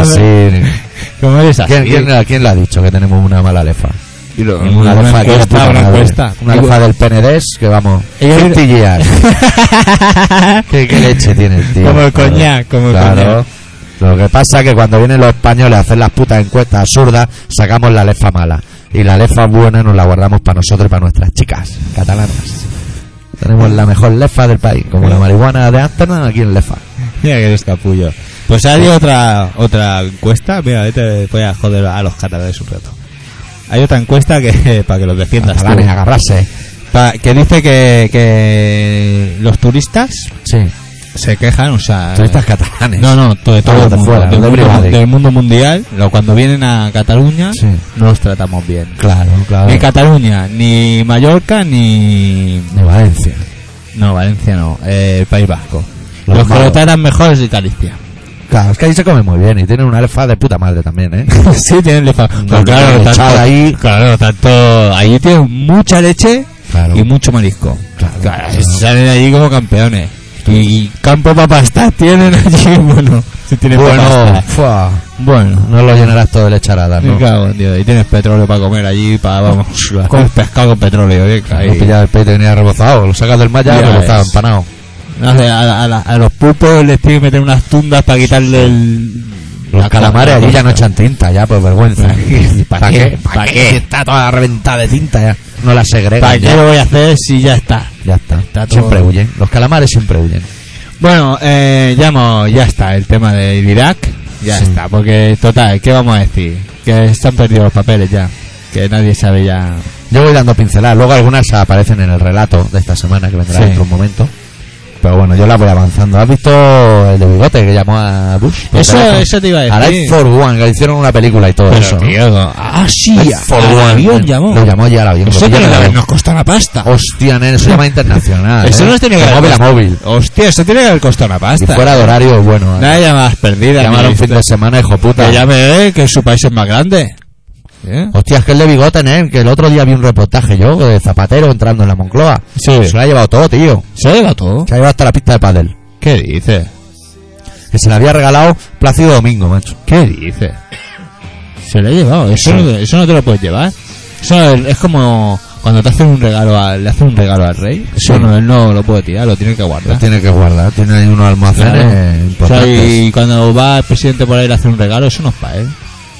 Speaker 2: Así.
Speaker 1: ¿Cómo eres así?
Speaker 2: ¿Quién, quién, quién le ha dicho que tenemos una mala lefa?
Speaker 1: Una
Speaker 2: lefa que es
Speaker 1: encuesta,
Speaker 2: puta
Speaker 1: una
Speaker 2: madre.
Speaker 1: encuesta.
Speaker 2: Una lefa del PNDES que vamos.
Speaker 1: Ella-
Speaker 2: 50 years. ¿Qué, qué leche tiene el tío?
Speaker 1: Como el
Speaker 2: Claro.
Speaker 1: coñac, como el
Speaker 2: Claro.
Speaker 1: coñac.
Speaker 2: Lo que pasa es que cuando vienen los españoles a hacer las putas encuestas absurdas, sacamos la lefa mala. Y la lefa buena nos la guardamos para nosotros y para nuestras chicas catalanas. Tenemos la mejor lefa del país, como la marihuana de Amsterdam aquí en lefa.
Speaker 1: Mira que eres capullo. Pues hay otra otra encuesta. Mira, ahí te voy a joder a los catalanes un rato. Hay otra encuesta que para que los defiendas. tú.
Speaker 2: Catalanes, agarrarse.
Speaker 1: Pa- que dice que, que los turistas
Speaker 2: Sí,
Speaker 1: se quejan, o sea,
Speaker 2: turistas catalanes.
Speaker 1: No, no, to- de todo
Speaker 2: Ah,
Speaker 1: el
Speaker 2: de
Speaker 1: mundo,
Speaker 2: fuera,
Speaker 1: del,
Speaker 2: de
Speaker 1: mundo,
Speaker 2: Brivadi.
Speaker 1: del mundo mundial. lo- cuando vienen a Cataluña,
Speaker 2: Sí.
Speaker 1: no los tratamos bien.
Speaker 2: Claro, claro.
Speaker 1: Ni Cataluña, ni Mallorca, ni.
Speaker 2: De Valencia.
Speaker 1: No, Valencia no, eh, el País Vasco.
Speaker 2: Los
Speaker 1: Los, que
Speaker 2: malos.
Speaker 1: lo tratan mejor es de Galicia.
Speaker 2: Claro, es que ahí se come muy bien y tienen una lefa de puta madre también, ¿eh?
Speaker 1: sí, tienen lefa.
Speaker 2: Una
Speaker 1: Pero claro,
Speaker 2: lechada
Speaker 1: tanto,
Speaker 2: ahí.
Speaker 1: claro, tanto. Ahí tienen mucha leche
Speaker 2: Claro.
Speaker 1: y mucho marisco.
Speaker 2: Claro, claro.
Speaker 1: se Salen allí como campeones. Y, y campo para pastar tienen allí, bueno. Si tienen pa'
Speaker 2: bueno,
Speaker 1: pastar.
Speaker 2: fua,
Speaker 1: Bueno.
Speaker 2: no lo llenarás todo de lecharada, Ah, ¿no?
Speaker 1: Me cago en Dios. Y tienes petróleo para comer allí, para, vamos, con pescado con petróleo, bien,
Speaker 2: No
Speaker 1: ahí.
Speaker 2: pillas el pez que venía rebozado, lo sacas del mar ya
Speaker 1: Ya
Speaker 2: rebozado,
Speaker 1: ves.
Speaker 2: empanado.
Speaker 1: No sé, a, la- a la- a los pulpos les tienen que meter unas tundas para quitarle el...
Speaker 2: Los
Speaker 1: la-
Speaker 2: calamares
Speaker 1: la-
Speaker 2: allí ya no echan tinta, ya por vergüenza. ¿Para
Speaker 1: ¿Pa'
Speaker 2: qué?
Speaker 1: qué?
Speaker 2: ¿Para
Speaker 1: ¿Pa'
Speaker 2: qué?
Speaker 1: qué?
Speaker 2: Si Está toda reventada de tinta ya. No la
Speaker 1: ¿Para
Speaker 2: segregan.
Speaker 1: qué
Speaker 2: Ya.
Speaker 1: lo voy a hacer si ya está?
Speaker 2: ya está.
Speaker 1: Está todo-
Speaker 2: siempre huyen. Los calamares siempre huyen.
Speaker 1: Bueno, eh, ya, hemos- ya está el tema de Irak. Ya
Speaker 2: Sí.
Speaker 1: está, porque total, ¿qué vamos a decir? Que están perdidos los papeles ya. Que nadie sabe ya.
Speaker 2: Yo voy dando pinceladas. Luego algunas aparecen en el relato de esta semana que vendrá
Speaker 1: Sí.
Speaker 2: en otro momento. Pero bueno, yo las voy avanzando. ¿Has visto el de bigote que llamó a Bush? por
Speaker 1: Eso-
Speaker 2: teléfono?
Speaker 1: eso te iba a decir.
Speaker 2: Life for One, que le hicieron una película y todo eso. ¿no?
Speaker 1: ah, sí,
Speaker 2: Life for One.
Speaker 1: avión llamó.
Speaker 2: Lo llamó ya al avión.
Speaker 1: Eso
Speaker 2: lo
Speaker 1: tiene
Speaker 2: pillaron al
Speaker 1: que
Speaker 2: avión.
Speaker 1: habernos costado una pasta.
Speaker 2: Hostia, nen, eso se llama internacional.
Speaker 1: Eso
Speaker 2: ¿eh?
Speaker 1: no tiene que
Speaker 2: De
Speaker 1: haber
Speaker 2: móvil a
Speaker 1: costado.
Speaker 2: móvil.
Speaker 1: Hostia, eso tiene que haber costado una
Speaker 2: Si
Speaker 1: pasta.
Speaker 2: fuera de horario, bueno.
Speaker 1: Nada de llamadas perdidas.
Speaker 2: Llamaron
Speaker 1: ni
Speaker 2: fin de
Speaker 1: listas.
Speaker 2: semana, hijo puta.
Speaker 1: Que llame, eh, que su país es más grande. ¿Eh?
Speaker 2: Hostia, es que el de bigote, nen, que el otro día vi un reportaje yo de Zapatero entrando en la Moncloa.
Speaker 1: Sí.
Speaker 2: Se lo ha llevado todo, tío.
Speaker 1: ¿Se ha llevado todo?
Speaker 2: Se ha llevado hasta la pista de pádel.
Speaker 1: ¿Qué dice?
Speaker 2: Que se la había regalado Plácido Domingo, macho.
Speaker 1: ¿Qué dice? Se lo he llevado. Eso, no, eso no te lo puedes llevar. Eso es, es como cuando te hacen un regalo al, le hacen un regalo al rey. Eso
Speaker 2: Sí.
Speaker 1: no, él no lo puede tirar, lo tiene que guardar.
Speaker 2: Tiene que guardar, tiene ahí unos almacenes
Speaker 1: Claro. O sea,
Speaker 2: importantes.
Speaker 1: y cuando va el presidente por ahí a hacer un regalo, eso no es para él.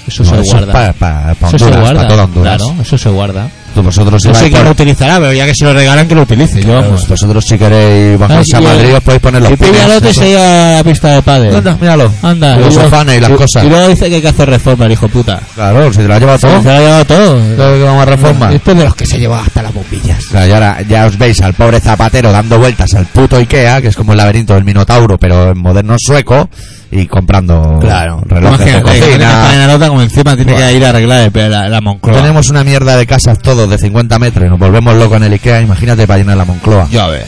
Speaker 1: Eso
Speaker 2: No,
Speaker 1: se
Speaker 2: eso
Speaker 1: guarda.
Speaker 2: es para, para, para
Speaker 1: eso
Speaker 2: Honduras,
Speaker 1: se guarda.
Speaker 2: para toda Honduras.
Speaker 1: Claro, eso se guarda.
Speaker 2: Tú vosotros
Speaker 1: Yo
Speaker 2: vais
Speaker 1: sé que
Speaker 2: por- pues,
Speaker 1: lo utilizará, pero ya que se lo regalan, que lo utilice. Yo,
Speaker 2: Vamos,
Speaker 1: vamos.
Speaker 2: vosotros si queréis bajarse
Speaker 1: Ah,
Speaker 2: a
Speaker 1: sí,
Speaker 2: Madrid
Speaker 1: yo-
Speaker 2: os podéis poner los
Speaker 1: Y pilla
Speaker 2: pines,
Speaker 1: el otro y
Speaker 2: eso.
Speaker 1: se lleva a la pista de padre.
Speaker 2: Anda, míralo.
Speaker 1: Anda,
Speaker 2: Los
Speaker 1: luego-
Speaker 2: sofanes y las
Speaker 1: y-
Speaker 2: cosas.
Speaker 1: Y luego dice que hay que hacer reforma, el hijo puta.
Speaker 2: Claro, se te lo ha llevado todo.
Speaker 1: Se lo ha llevado todo.
Speaker 2: Todo lo que vamos a reforma.
Speaker 1: Este es de los que se lleva hasta las bombillas.
Speaker 2: Claro, y ahora ya os veis al pobre zapatero dando vueltas al puto Ikea, que es como el laberinto del Minotauro, pero en moderno sueco, y comprando relojes de
Speaker 1: Imagínate, que tienes
Speaker 2: cocina.
Speaker 1: cadena nota como encima tiene
Speaker 2: Buah.
Speaker 1: que ir a arreglar el- la, la Moncloa.
Speaker 2: Tenemos una mierda de casas todos de 50 metros y nos volvemos locos en el Ikea, imagínate para llenar la Moncloa.
Speaker 1: Ya ves.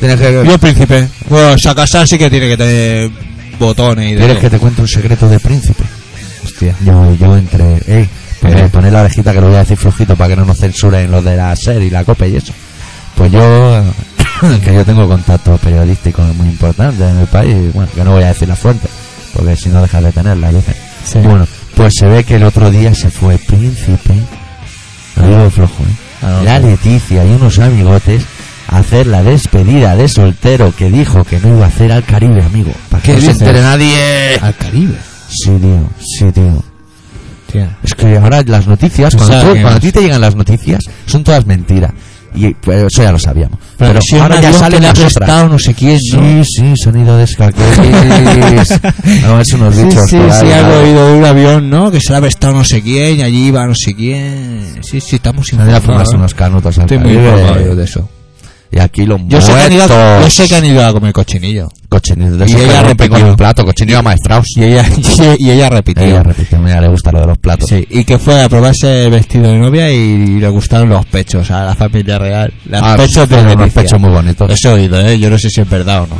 Speaker 2: Tienes que...
Speaker 1: Yo, príncipe. Bueno, Shakasar sí que tiene que tener botones y de
Speaker 2: ¿Quieres
Speaker 1: todo.
Speaker 2: que te cuente un secreto de príncipe? Hostia. Yo, yo entre. Ey, poner,
Speaker 1: Eh.
Speaker 2: poner la orejita que lo voy a decir flojito para que no nos censuren los de la SER y la COPE y eso. Pues yo. que yo tengo contactos periodísticos muy importantes en el país. Bueno, que no voy a decir la fuente, porque si no dejas de tenerla, yo
Speaker 1: Sí.
Speaker 2: Bueno, pues se ve que el otro día se fue el príncipe. Lo digo flojo, ¿eh?
Speaker 1: Ah, no,
Speaker 2: la
Speaker 1: sí.
Speaker 2: Leticia y unos amigotes a hacer la despedida de soltero que dijo que no iba a hacer al Caribe, amigo. Para que
Speaker 1: ¿Qué
Speaker 2: no se
Speaker 1: dices?
Speaker 2: entere nadie.
Speaker 1: Al Caribe.
Speaker 2: Sí, tío, sí, tío.
Speaker 1: Tía.
Speaker 2: Es que ahora las noticias,
Speaker 1: O
Speaker 2: cuando,
Speaker 1: sea,
Speaker 2: tú-
Speaker 1: que-
Speaker 2: cuando a ti te llegan las noticias, son todas mentiras. Y pues, eso ya lo sabíamos.
Speaker 1: Pero,
Speaker 2: Pero,
Speaker 1: si un
Speaker 2: ahora ya
Speaker 1: avión que
Speaker 2: salen
Speaker 1: le ha
Speaker 2: las otras.
Speaker 1: prestado no sé quién,
Speaker 2: Sí,
Speaker 1: ¿no?
Speaker 2: sí, sonido de escaquetis. no, es unos
Speaker 1: Sí,
Speaker 2: bichos.
Speaker 1: sí,
Speaker 2: por ahí,
Speaker 1: sí,
Speaker 2: nada.
Speaker 1: algo he oído de un avión, ¿no? Que se lo ha prestado no sé quién y allí iba no sé quién. Sí, sí, estamos
Speaker 2: Se han ido a
Speaker 1: informados.
Speaker 2: fumarse unos canutos al
Speaker 1: Ah, Estoy muy
Speaker 2: Caribe.
Speaker 1: informado yo de eso.
Speaker 2: Y aquí los
Speaker 1: Yo sé, que han ido, a- yo
Speaker 2: muertos.
Speaker 1: sé que han ido a comer cochinillo.
Speaker 2: Cochinillo. De
Speaker 1: Y
Speaker 2: esos
Speaker 1: ella
Speaker 2: que rompen con
Speaker 1: repitió.
Speaker 2: un plato, cochinillo maestraos.
Speaker 1: Y ella, y ella repitió.
Speaker 2: Ella repitió, mira, le gusta lo de los platos.
Speaker 1: Sí, y que fue a probarse el vestido de novia y le gustaron los pechos a la familia real. Los
Speaker 2: Ah,
Speaker 1: pechos de
Speaker 2: tiene unos
Speaker 1: Leticia.
Speaker 2: pechos muy bonitos.
Speaker 1: Eso he oído, ¿eh? Yo no sé si es verdad o no.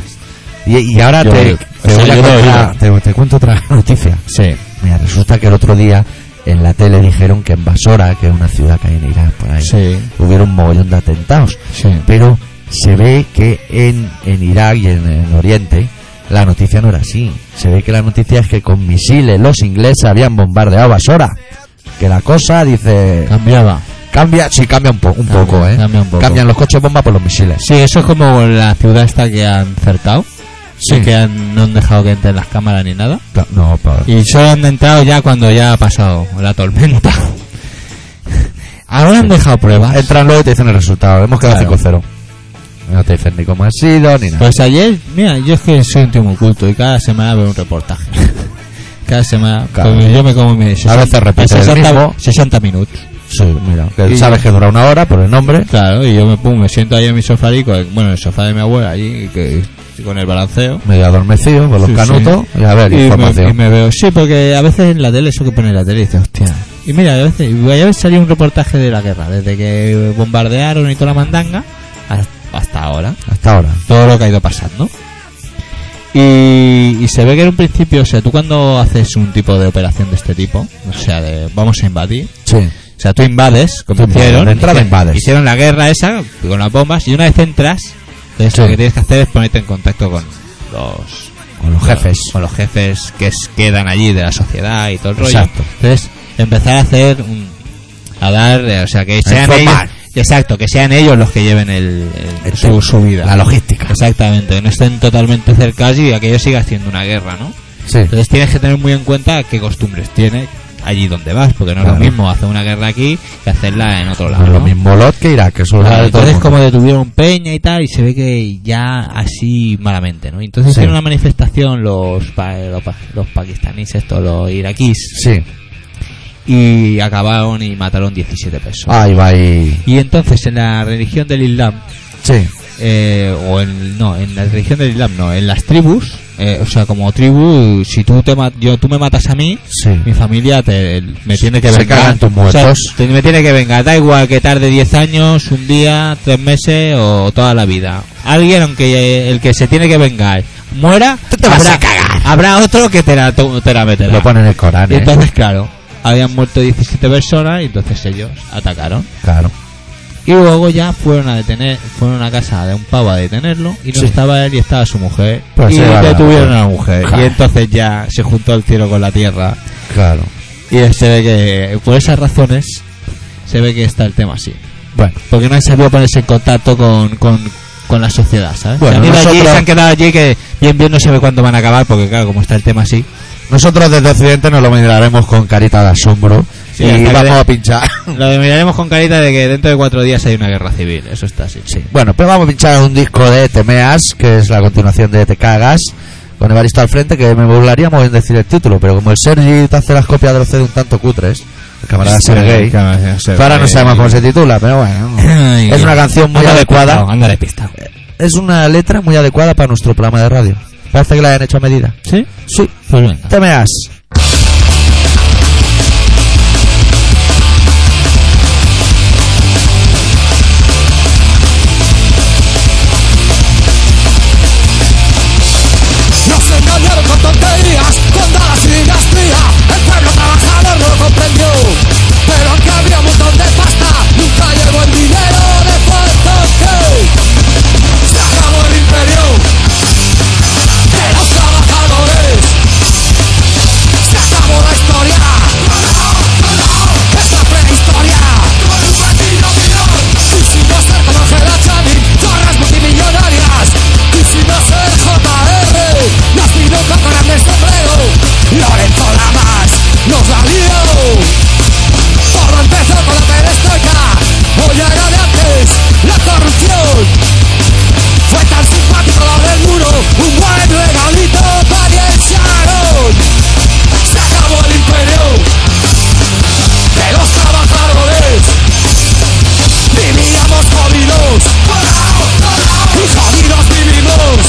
Speaker 2: Y, y ahora
Speaker 1: Yo
Speaker 2: te,
Speaker 1: lo-
Speaker 2: te
Speaker 1: o sea,
Speaker 2: voy a
Speaker 1: yo lo he
Speaker 2: contar- te- te cuento otra noticia.
Speaker 1: Sí.
Speaker 2: Mira, resulta que el otro día en la tele dijeron que en Basora, que es una ciudad que hay en Irán por ahí,
Speaker 1: Sí.
Speaker 2: hubiera un mogollón de atentados.
Speaker 1: Sí.
Speaker 2: Pero se ve que en, en Irak y en, en Oriente la noticia no era así. Se ve que la noticia es que con misiles los ingleses habían bombardeado Basora. Que la cosa dice...
Speaker 1: Cambiaba.
Speaker 2: Cambia, sí, cambia un, po- un
Speaker 1: Cambia,
Speaker 2: poco, ¿eh?
Speaker 1: cambia un poco.
Speaker 2: Cambian los coches bomba por los misiles.
Speaker 1: Sí, eso es como la ciudad esta que han cercado.
Speaker 2: Sí.
Speaker 1: Que han- no han dejado que entren las cámaras ni nada.
Speaker 2: No, pa-
Speaker 1: Y solo han entrado ya cuando ya ha pasado la tormenta. Ahora han dejado pruebas.
Speaker 2: Entran luego y te dicen el resultado. Hemos quedado 5-0.
Speaker 1: Claro.
Speaker 2: No te dicen ni cómo ha sido, ni nada.
Speaker 1: Pues ayer, mira, yo es que soy un tío muy culto y cada semana veo un reportaje. cada semana,
Speaker 2: Claro.
Speaker 1: pues yo me como mis
Speaker 2: A veces repite el
Speaker 1: 60,
Speaker 2: mismo.
Speaker 1: 60 minutos.
Speaker 2: Sí, mira. Que
Speaker 1: Y-
Speaker 2: sabes que dura una hora por el nombre.
Speaker 1: Claro, y yo me, pum, me siento ahí en mi sofá, y con- bueno, en el sofá de mi abuela, allí, que, con el balanceo.
Speaker 2: Medio adormecido por los
Speaker 1: Sí,
Speaker 2: canutos.
Speaker 1: sí.
Speaker 2: Y a ver,
Speaker 1: Y me-
Speaker 2: información.
Speaker 1: y Me, veo, sí, porque a veces en la tele, eso que pone en la tele, dice, hostia. Y mira, a veces, y ayer salió un reportaje de la guerra, desde que bombardearon y toda la mandanga hasta- hasta ahora.
Speaker 2: Hasta ahora.
Speaker 1: todo lo que ha ido pasando. Y, y se ve que en un principio, o sea, tú cuando haces un tipo de operación de este tipo, o sea, de vamos a invadir,
Speaker 2: Sí.
Speaker 1: o sea, tú invades, como
Speaker 2: Tú
Speaker 1: hicieron,
Speaker 2: de entrada
Speaker 1: hicieron-
Speaker 2: invades.
Speaker 1: hicieron la guerra esa con las bombas, y una vez entras, entonces
Speaker 2: Sí.
Speaker 1: lo que tienes que hacer es ponerte en contacto con los
Speaker 2: Con los jefes.
Speaker 1: con los jefes que es- quedan allí de la sociedad y todo el rollo.
Speaker 2: Exacto.
Speaker 1: Entonces, empezar a hacer un- a dar, eh, o sea, que sean ellos,
Speaker 2: informar.
Speaker 1: exacto, que sean ellos los que lleven el, el- su, su vida.
Speaker 2: La logística.
Speaker 1: Exactamente, que no estén totalmente cercados y aquello siga siendo una guerra, ¿no?
Speaker 2: Sí.
Speaker 1: Entonces tienes que tener muy en cuenta qué costumbres tiene allí donde vas, porque no es
Speaker 2: Claro.
Speaker 1: lo mismo hacer una guerra aquí que hacerla en otro lado.
Speaker 2: Pues lo
Speaker 1: ¿no?
Speaker 2: mismo Lot que Irak, que eso lo
Speaker 1: Claro,
Speaker 2: sabe todo el
Speaker 1: entonces
Speaker 2: mundo.
Speaker 1: como detuvieron Peña y tal y se ve que ya así malamente, ¿no? Entonces
Speaker 2: Sí.
Speaker 1: hicieron una manifestación los pa- los, pa- los pakistaníes, estos, los iraquíes
Speaker 2: Sí.
Speaker 1: y acabaron y mataron 17 personas.
Speaker 2: Ahí va ahí.
Speaker 1: Y entonces en la religión del Islam
Speaker 2: Sí.
Speaker 1: eh, o en, no, en la religión del Islam no, en las tribus, eh, o sea, como tribu, si tú te ma- yo, tú me matas a mí,
Speaker 2: Sí.
Speaker 1: mi familia te, me tiene que
Speaker 2: Se
Speaker 1: vengar.
Speaker 2: cagan tus
Speaker 1: O sea,
Speaker 2: muertos.
Speaker 1: te- me tiene que vengar. Da igual que tarde 10 años, un día, tres meses o toda la vida. Alguien, aunque eh, el que se tiene que vengar muera, habrá, habrá otro que te la, to- te la meterá.
Speaker 2: Lo pone en el Corán,
Speaker 1: y
Speaker 2: ¿eh?
Speaker 1: entonces, claro, habían muerto 17 personas y entonces ellos atacaron.
Speaker 2: Claro.
Speaker 1: Y luego ya fueron a detener, fueron a casa de un pavo a detenerlo y no
Speaker 2: Sí.
Speaker 1: estaba él y estaba su mujer.
Speaker 2: Pues
Speaker 1: y
Speaker 2: se llevaron a la
Speaker 1: detuvieron a la
Speaker 2: mujer.
Speaker 1: mujer. Y entonces ya se juntó el cielo con la tierra.
Speaker 2: Claro.
Speaker 1: Y se ve que por esas razones se ve que está el tema así.
Speaker 2: Bueno.
Speaker 1: Porque no han sabido ponerse en contacto con, con, con la sociedad, ¿sabes?
Speaker 2: Bueno,
Speaker 1: se, han ido allí,
Speaker 2: nosotros-
Speaker 1: se han quedado allí que bien bien no se ve cuándo van a acabar porque claro, como está el tema así.
Speaker 2: Nosotros desde Occidente nos lo miraremos con carita de asombro
Speaker 1: Sí,
Speaker 2: y
Speaker 1: hasta que
Speaker 2: vamos
Speaker 1: de-
Speaker 2: a pinchar.
Speaker 1: Lo miraremos con carita de que dentro de cuatro días hay una guerra civil. Eso está así. Sí.
Speaker 2: Bueno, pero vamos a pinchar un disco de Temeas, que es la continuación de Te Cagas, con Evaristo al frente, que me burlaría muy bien decir el título, pero como el Sergi te hace las copias de los CD un tanto cutres, el camarada Sergei, ahora no sabemos cómo se titula, pero bueno. Es una canción muy
Speaker 1: Anda
Speaker 2: adecuada. Eh,
Speaker 1: despistado, Anda despistado.
Speaker 2: Es una letra muy adecuada para nuestro programa de radio. Parece que la hayan hecho a medida.
Speaker 1: ¿Sí?
Speaker 2: Sí,
Speaker 1: Pues venga.
Speaker 2: Temeas.
Speaker 7: No se engañaron con tonterías Con Dallas y Gastría El pueblo trabajador no comprendió Pero que había un montón de pasta Nunca llegó el dinero de Puerto Se acabó el imperio De los trabajadores Se acabó la historia Es la prehistoria y si no ser como Ángela Chani, zorras multimillonarias. Y si no ser JR, nacido con grandes sombrero. Lorenzo Lamas, nos la lío. Todo empezó con la perestroika. Hoy era de antes la corrupción. Fue tan simpático lo del muro, un buen regalito para el Sharon. Se acabó el imperio de los trabajadores. Vivíamos jodidos Y jodidos vivimos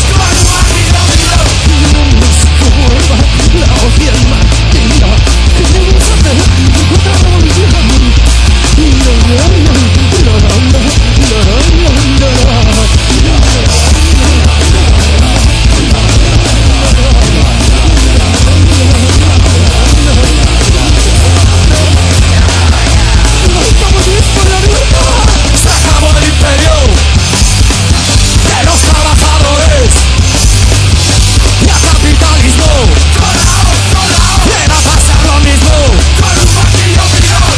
Speaker 7: Se acabó el imperio De los trabajadores Y al capitalismo Viene a pasar lo mismo Con un partido menor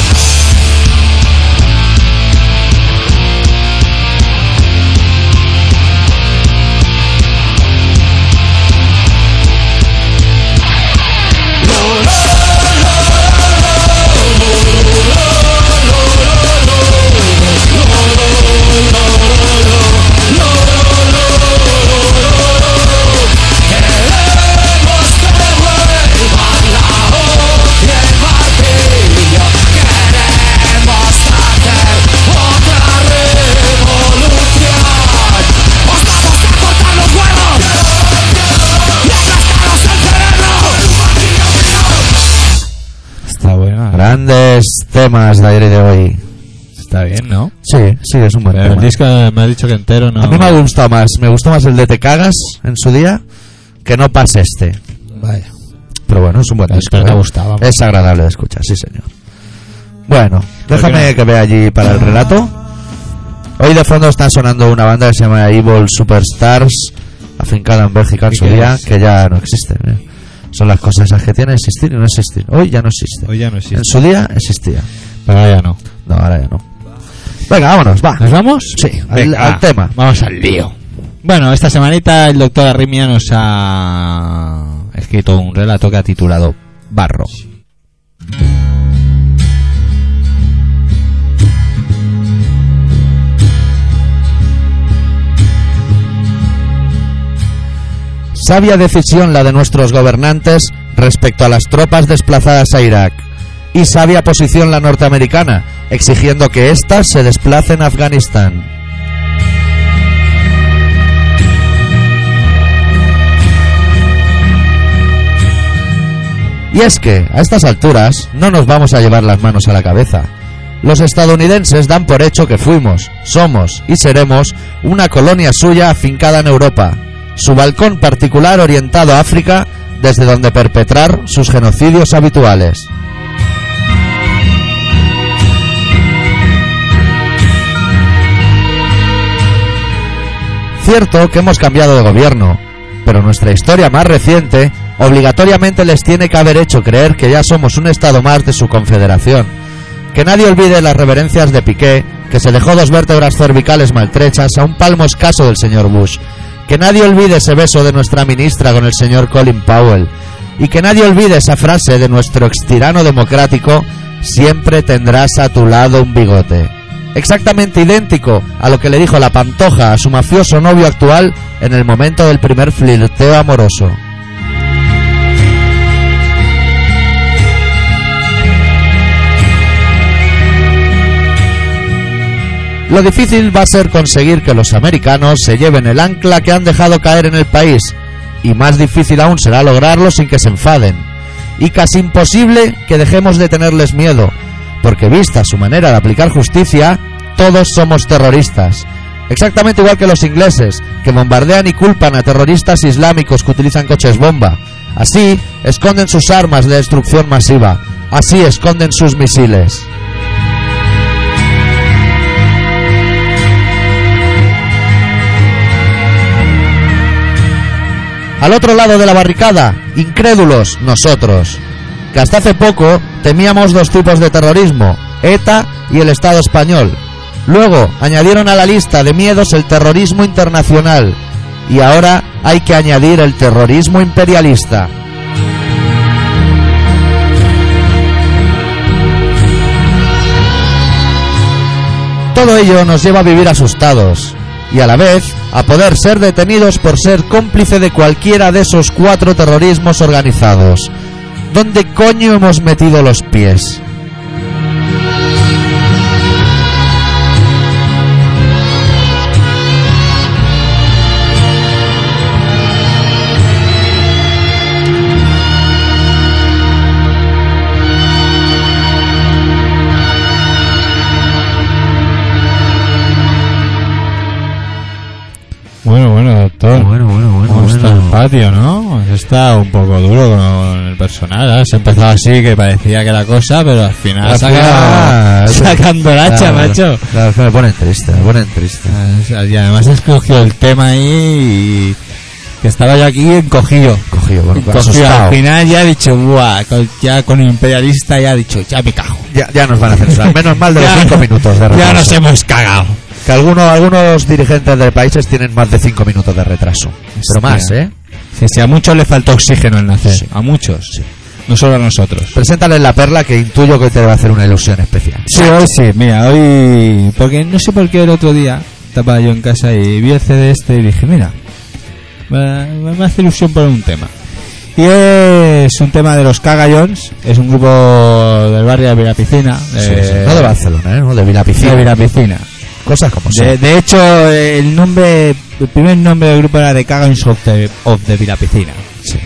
Speaker 7: ¡Os vamos a cortar los huevos! ¡Y aplastaros el cerebro!
Speaker 4: Está buena.
Speaker 2: Grandes temas de ayer y de hoy.
Speaker 4: Está bien, ¿no?
Speaker 2: Sí, sí, es un buen
Speaker 4: El
Speaker 2: tema.
Speaker 4: disco me ha dicho que entero no.
Speaker 2: A mí me ha gustado más, me gustó más el de Te Cagas en su día que no pase este.
Speaker 4: Vaya.
Speaker 2: Pero bueno, es un buen
Speaker 4: Pero
Speaker 2: disco.
Speaker 4: te ha
Speaker 2: ¿eh?
Speaker 4: gustado, vamos.
Speaker 2: Es agradable de escuchar, sí, señor. Bueno,
Speaker 4: Pues
Speaker 2: déjame que vea allí para el relato. Hoy de fondo está sonando una banda que se llama Evil Superstars, afincada en Bélgica en
Speaker 4: ¿Y
Speaker 2: su
Speaker 4: qué
Speaker 2: día,
Speaker 4: es?
Speaker 2: que ya no existe. ¿eh? Son las cosas esas que tiene existir y no existir. Hoy pues ya no existe.
Speaker 4: Hoy ya no existe.
Speaker 2: En su día existía.
Speaker 4: Pero ya no.
Speaker 2: No, ahora ya no. Venga, vámonos, va.
Speaker 1: ¿Nos vamos?
Speaker 2: Sí, al-
Speaker 1: Venga,
Speaker 2: al
Speaker 1: va.
Speaker 2: tema.
Speaker 1: Vamos al lío. Bueno, esta semanita el doctor Arrimia nos ha escrito un relato que ha titulado Barro.
Speaker 2: Sabia decisión la de nuestros gobernantes respecto a las tropas desplazadas a Irak. Y sabia posición la norteamericana, exigiendo que éstas se desplacen a Afganistán. Y es que, a estas alturas, no nos vamos a llevar las manos a la cabeza. Los estadounidenses dan por hecho que fuimos, somos y seremos una colonia suya afincada en Europa, su balcón particular orientado a África, desde donde perpetrar sus genocidios habituales. Cierto que hemos cambiado de gobierno, pero nuestra historia más reciente obligatoriamente les tiene que haber hecho creer que ya somos un estado más de su confederación. Que nadie olvide las reverencias de Piqué, que se dejó dos vértebras cervicales maltrechas a un palmo escaso del señor Bush. Que nadie olvide ese beso de nuestra ministra con el señor Colin Powell. Y que nadie olvide esa frase de nuestro ex tirano democrático siempre tendrás a tu lado un bigote. Exactamente idéntico a lo que le dijo la pantoja a su mafioso novio actual en el momento del primer flirteo amoroso. Lo difícil va a ser conseguir que los americanos se lleven el ancla que han dejado caer en el país, y más difícil aún será lograrlo sin que se enfaden. Y casi imposible que dejemos de tenerles miedo, porque vista su manera de aplicar justicia, todos somos terroristas. Exactamente igual que los ingleses, que bombardean y culpan a terroristas islámicos que utilizan coches bomba. Así esconden sus armas de destrucción masiva. Así esconden sus misiles. Al otro lado de la barricada, incrédulos nosotros, que hasta hace poco temíamos dos tipos de terrorismo, ETA y el Estado español. Luego añadieron a la lista de miedos el terrorismo internacional y ahora hay que añadir el terrorismo imperialista. Todo ello nos lleva a vivir asustados y a la vez a poder ser detenidos por ser cómplice de cualquiera de esos cuatro terrorismos organizados. ¿Dónde coño hemos metido los pies?
Speaker 1: Bueno, bueno, doctor.
Speaker 2: Bueno, bueno, bueno,
Speaker 1: ¿Cómo está
Speaker 2: bueno.
Speaker 1: el patio, no? Está un poco duro con el personal. ¿eh? Se empezó así, que parecía que era cosa, pero al final
Speaker 2: Al
Speaker 1: saca,
Speaker 2: final-
Speaker 1: sacando la hacha,
Speaker 2: Claro,
Speaker 1: macho.
Speaker 2: claro, es que me ponen triste, me ponen triste.
Speaker 1: Ah, Y además escogió el tema ahí y que estaba yo aquí encogido.
Speaker 2: Cogido, bueno,
Speaker 1: Encogido.
Speaker 2: asustado.
Speaker 1: Al final ya he dicho, Buah, con- ya con imperialista ya he dicho, ya me cago.
Speaker 2: Ya, ya nos van a censurar. Menos mal de los
Speaker 1: Ya
Speaker 2: cinco
Speaker 1: no-
Speaker 2: minutos de retraso.
Speaker 1: Ya nos hemos cagado.
Speaker 2: Que algunos, algunos dirigentes de países tienen más de cinco minutos de retraso. Pero más, ¿eh?
Speaker 1: Sí, sí, a muchos les falta oxígeno en nacer. A muchos. No solo a nosotros.
Speaker 2: Preséntales la perla que intuyo que te va a hacer una ilusión especial.
Speaker 1: Sí, hoy sí, mira, hoy. Porque no sé por qué el otro día estaba yo en casa y vi el CD este y dije, mira, me, me hace ilusión por un tema. Y es un tema de los Cagallons, es un grupo del barrio de Vilapicina.
Speaker 2: Sí,
Speaker 1: eh,
Speaker 2: sí. No de Barcelona, ¿eh? No de
Speaker 1: de
Speaker 2: Vilapicina.
Speaker 1: Vilapicina.
Speaker 2: Cosas como son.
Speaker 1: De, de hecho, eh, el nombre, el primer nombre del grupo era The Cagallons of the, of the Vilapicina.
Speaker 2: Sí.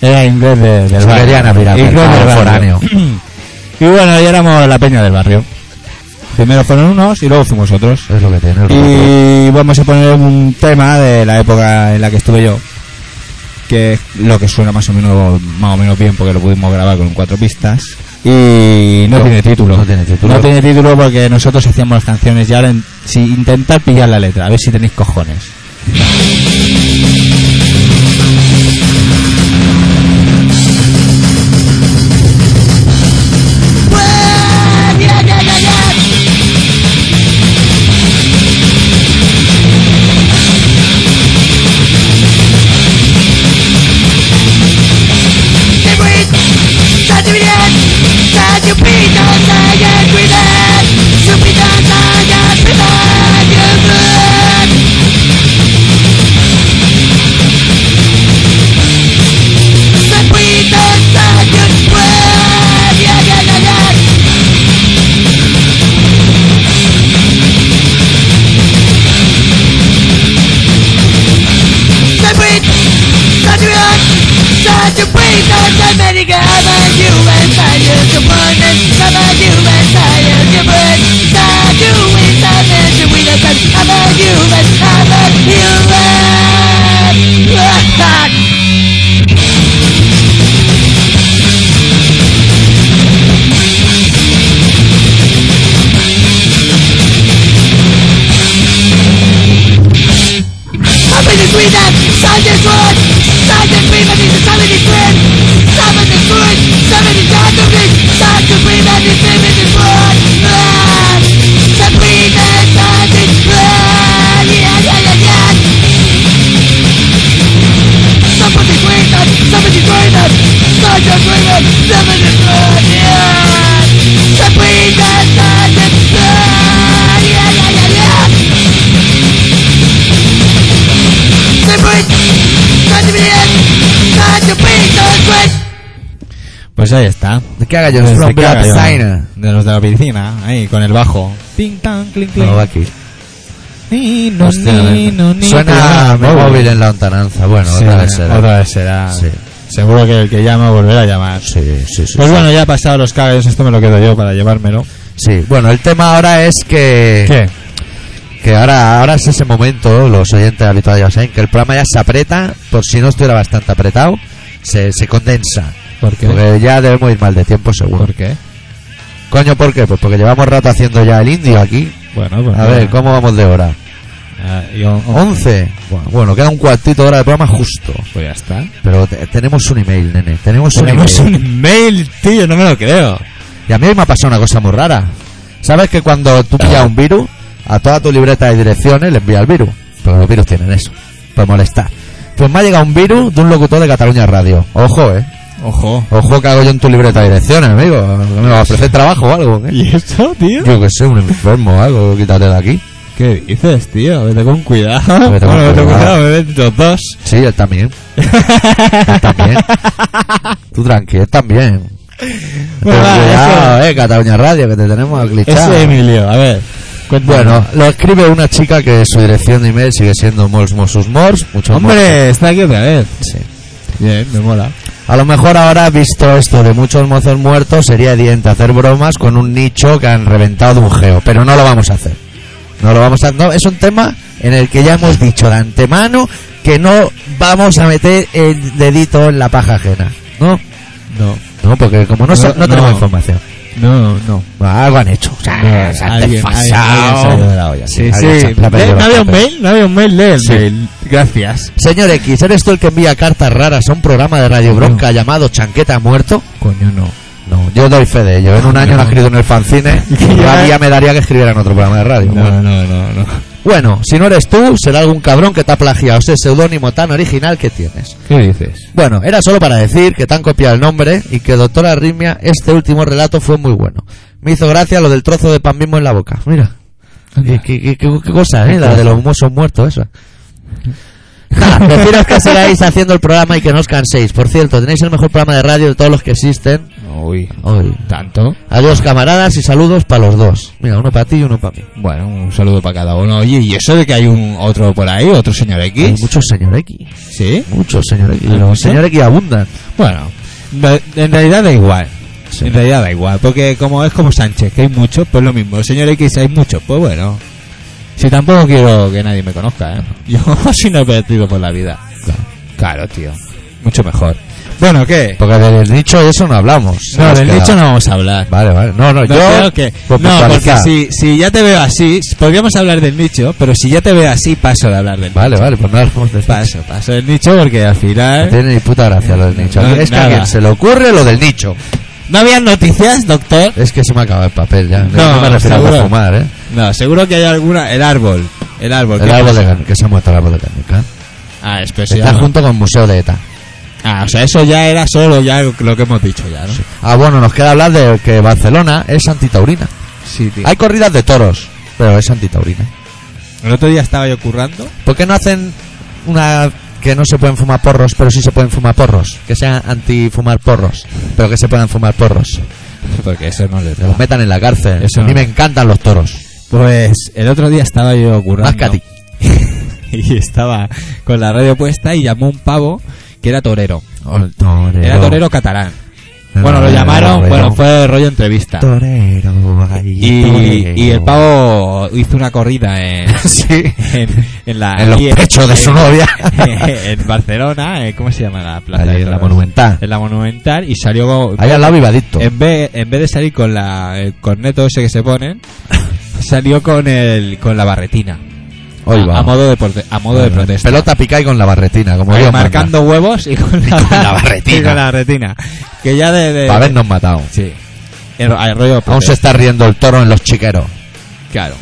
Speaker 1: Era inglés de- del barrio.
Speaker 2: Severiana Vilapicina,
Speaker 1: Inglés del barrio.
Speaker 2: foráneo.
Speaker 1: Y bueno, ya éramos la peña del barrio. Primero fueron unos y luego fuimos otros.
Speaker 2: Es lo que tiene el grupo.
Speaker 1: Y vamos a poner un tema de la época en la que estuve yo, que es lo que suena más o menos más o menos bien porque lo pudimos grabar con cuatro pistas y no,
Speaker 2: No,
Speaker 1: tiene título.
Speaker 2: no tiene título.
Speaker 1: No tiene título porque nosotros hacíamos las canciones y ahora in- si intentar pillar la letra, a ver si tenéis cojones.
Speaker 3: Yeah.
Speaker 1: Pues ahí está.
Speaker 2: ¿De qué haga yo?
Speaker 1: Desde
Speaker 2: From
Speaker 1: que
Speaker 2: Black
Speaker 1: haga yo.
Speaker 2: Designer.
Speaker 1: De los de la piscina, ahí, con el bajo. Ting, tan, clink, clink.
Speaker 2: No, va aquí.
Speaker 1: Ni, no,
Speaker 2: Hostia,
Speaker 1: ni, no, ni,
Speaker 2: Suena
Speaker 1: pero-
Speaker 2: mi móvil en la lontananza. Bueno,
Speaker 1: Sí,
Speaker 2: otra vez será.
Speaker 1: otra vez será.
Speaker 2: Sí.
Speaker 1: Seguro que el que llama volverá a llamar.
Speaker 2: Sí, sí, sí.
Speaker 1: Pues
Speaker 2: sí.
Speaker 1: bueno, ya ha pasado los cagas, esto me lo quedo yo para llevármelo.
Speaker 2: Sí, bueno, el tema ahora es que.
Speaker 1: ¿Qué?
Speaker 2: Que ahora, ahora es ese momento, los oyentes habituales ya saben, que el programa ya se aprieta, por si no estuviera bastante apretado, se, se condensa.
Speaker 1: ¿Por qué?
Speaker 2: Porque ya debemos ir mal de tiempo seguro.
Speaker 1: ¿Por qué?
Speaker 2: Coño, ¿por qué? Pues porque llevamos rato haciendo ya el indio aquí.
Speaker 1: Bueno, pues
Speaker 2: A
Speaker 1: nada.
Speaker 2: ver, ¿cómo vamos de hora?
Speaker 1: Ah, y on- on-
Speaker 2: 11. Bueno, bueno, queda un cuartito de hora de programa justo.
Speaker 1: Pues ya está.
Speaker 2: Pero te- tenemos un email, nene. Tenemos,
Speaker 1: Tenemos
Speaker 2: un email.
Speaker 1: un mail, tío, no me lo creo.
Speaker 2: Y a mí me ha pasado una cosa muy rara. ¿Sabes que cuando tú pillas un virus, a toda tu libreta de direcciones le envía el virus? Pero los virus tienen eso, para molestar. Pues me ha llegado un virus de un locutor de Cataluña Radio. Ojo, eh.
Speaker 1: Ojo.
Speaker 2: Ojo que hago yo en tu libreta de direcciones, amigo. Que ¿Me va a ofrecer trabajo o algo? ¿eh?
Speaker 1: ¿Y eso, tío?
Speaker 2: Yo que sé, un enfermo o algo, quítate de aquí.
Speaker 1: ¿Qué dices, tío? Vete con cuidado.
Speaker 2: Vete con
Speaker 1: bueno, vete
Speaker 2: cuidado.
Speaker 1: con cuidado, me ven los dos.
Speaker 2: Sí, él también. Él también. Tú tranquilo, él también.
Speaker 1: Bueno,
Speaker 2: Ten
Speaker 1: Pues va,
Speaker 2: cuidado, eh, Cataluña Radio, que te tenemos aclichado.
Speaker 1: Ese Emilio, a ver. cuéntame.
Speaker 2: Bueno, lo escribe una chica que su dirección de email sigue siendo Mors Mosus Mors. Mucho Mors.
Speaker 1: Hombre, está aquí otra vez.
Speaker 2: Sí.
Speaker 1: Bien, me mola.
Speaker 2: A lo mejor ahora, visto esto de muchos mozos muertos, sería diente hacer bromas con un nicho que han reventado de un geo. Pero no lo vamos a hacer. No lo vamos a no, Es un tema en el que ya hemos dicho de antemano que no vamos a meter el dedito en la paja ajena. ¿No?
Speaker 1: No,
Speaker 2: No, porque como no, sa- no
Speaker 1: No,
Speaker 2: tenemos
Speaker 1: no.
Speaker 2: información.
Speaker 1: no, no.
Speaker 2: Algo han hecho. O
Speaker 1: Ah,
Speaker 2: sea,
Speaker 1: No,
Speaker 2: se han
Speaker 1: alguien-
Speaker 2: desfasado.
Speaker 1: alguien se ha ido de la
Speaker 2: Sí, alguien se ha- le ha perdido
Speaker 1: Eh,
Speaker 2: la
Speaker 1: ¿No había un
Speaker 2: cabeza.
Speaker 1: mail? ¿No había un mail? Lee el
Speaker 2: Sí.
Speaker 1: mail. Gracias.
Speaker 2: Señor X, ¿eres tú el que envía cartas raras a un programa de Radio Bronca llamado Chanqueta Muerto?
Speaker 1: Coño, no.
Speaker 2: No, yo doy fe de ello. En un año lo ha escrito en el fanzine.
Speaker 1: Ya.
Speaker 2: Todavía me daría que escribieran otro programa de radio.
Speaker 1: No,
Speaker 2: Bueno.
Speaker 1: no, no, no.
Speaker 2: Bueno, si no eres tú, será algún cabrón que te ha plagiado ese seudónimo tan original que tienes.
Speaker 1: ¿Qué dices?
Speaker 2: Bueno, era solo para decir que te han copiado el nombre y que, doctora Arritmia, este último relato fue muy bueno. Me hizo gracia lo del trozo de pan mismo en la boca. Mira. Qué, qué- qué- qué- qué cosa, ¿eh? La de los mozos muertos, esa. Nada, deciros que sigáis haciendo el programa y que no os canséis. Por cierto, tenéis el mejor programa de radio de todos los que existen.
Speaker 1: Ah, Uy.
Speaker 2: Hoy.
Speaker 1: ¿Tanto?
Speaker 2: Adiós, camaradas, y saludos para los dos. Mira, uno para ti y uno para mí.
Speaker 1: Bueno, un saludo para cada uno. Oye, ¿y eso de que hay un otro por ahí? ¿Otro señor
Speaker 2: Hay
Speaker 1: X?
Speaker 2: muchos señor X.
Speaker 1: Sí.
Speaker 2: Muchos señor X.
Speaker 1: ¿Hay
Speaker 2: Los
Speaker 1: muchos?
Speaker 2: señor X abundan.
Speaker 1: Bueno, da- en realidad da igual. En realidad da igual, porque como es como Sánchez, que hay muchos, pues lo mismo. Señor X, hay muchos, pues bueno. Si tampoco quiero que nadie me conozca, ¿eh? Yo soy inadvertido por la vida. Claro. tío. Mucho mejor. Bueno, ¿qué?
Speaker 2: Porque del nicho de eso no hablamos.
Speaker 1: No,
Speaker 2: Hemos
Speaker 1: del
Speaker 2: quedado.
Speaker 1: dicho no vamos a hablar.
Speaker 2: Vale, vale. No, no,
Speaker 1: No,
Speaker 2: yo.
Speaker 1: creo que-
Speaker 2: por
Speaker 1: no, porque
Speaker 2: puntualizar.
Speaker 1: si, si ya te veo así, podríamos hablar del nicho, pero si ya te veo así, paso de hablar del
Speaker 2: Vale,
Speaker 1: nicho.
Speaker 2: vale, pues no hablamos de eso.
Speaker 1: Paso, paso del nicho porque al
Speaker 2: No
Speaker 1: final...
Speaker 2: tiene ni puta gracia lo del nicho.
Speaker 1: No,
Speaker 2: es que a
Speaker 1: nada.
Speaker 2: quien se le ocurre lo del nicho.
Speaker 1: ¿No había noticias, doctor?
Speaker 2: Es que se me ha acabado el papel ya. No,
Speaker 1: No,
Speaker 2: me refiero a
Speaker 1: seguro.
Speaker 2: fumar, ¿eh?
Speaker 1: No, seguro que hay alguna... El árbol. El árbol.
Speaker 2: El
Speaker 1: ¿qué
Speaker 2: árbol
Speaker 1: pasa?
Speaker 2: de Guernica, que se ha muerto el árbol de Guernica.
Speaker 1: Ah, es pero si
Speaker 2: Está
Speaker 1: ya no-
Speaker 2: junto con el Museo de ETA.
Speaker 1: Ah, o sea, eso ya era solo ya lo que hemos dicho ya, ¿no? Sí,
Speaker 2: Ah, bueno, nos queda hablar de que Barcelona es antitaurina.
Speaker 1: tío.
Speaker 2: Hay corridas de toros, pero es antitaurina.
Speaker 1: El otro día estaba yo currando.
Speaker 2: ¿Por qué no hacen una que no se pueden fumar porros, pero sí se pueden fumar porros? Que sea anti-fumar porros, pero que se puedan fumar porros.
Speaker 1: Porque eso no le
Speaker 2: Que los metan en la cárcel.
Speaker 1: Eso
Speaker 2: a mí
Speaker 1: no.
Speaker 2: me encantan los toros.
Speaker 1: Pues el otro día estaba yo currando.
Speaker 2: Más que a ti.
Speaker 1: y estaba con la radio puesta y llamó un pavo que era torero.
Speaker 2: Pues,
Speaker 1: Era torero catalán. Bueno, lo llamaron, bueno, fue rollo entrevista.
Speaker 2: Ah, Torero, ay,
Speaker 1: Y,
Speaker 2: torero.
Speaker 1: y el pavo hizo una corrida en,
Speaker 2: Sí.
Speaker 1: en, en la,
Speaker 2: En los
Speaker 1: aquí
Speaker 2: pechos de su novia.
Speaker 1: en Barcelona, eh, ¿cómo se llama la plaza?
Speaker 2: Ahí
Speaker 1: de
Speaker 2: en la
Speaker 1: toros?
Speaker 2: Monumental.
Speaker 1: En la Monumental y salió con-
Speaker 2: Ahí al lado vivadito.
Speaker 1: en vez, en vez de salir con la, el corneto ese que se ponen, salió con el, con la barretina.
Speaker 2: Hoy
Speaker 1: a,
Speaker 2: va.
Speaker 1: a modo de, prote- a modo de protesta.
Speaker 2: Pelota pica y con la barretina, como
Speaker 1: Ahí
Speaker 2: Dios manda.
Speaker 1: marcando huevos y con la,
Speaker 2: con la barretina.
Speaker 1: y con la barretina. Que ya de. de
Speaker 2: Para habernos matado.
Speaker 1: Sí. El, el rollo
Speaker 2: Aún se
Speaker 1: protesta.
Speaker 2: está riendo el toro en los chiqueros.
Speaker 1: Claro.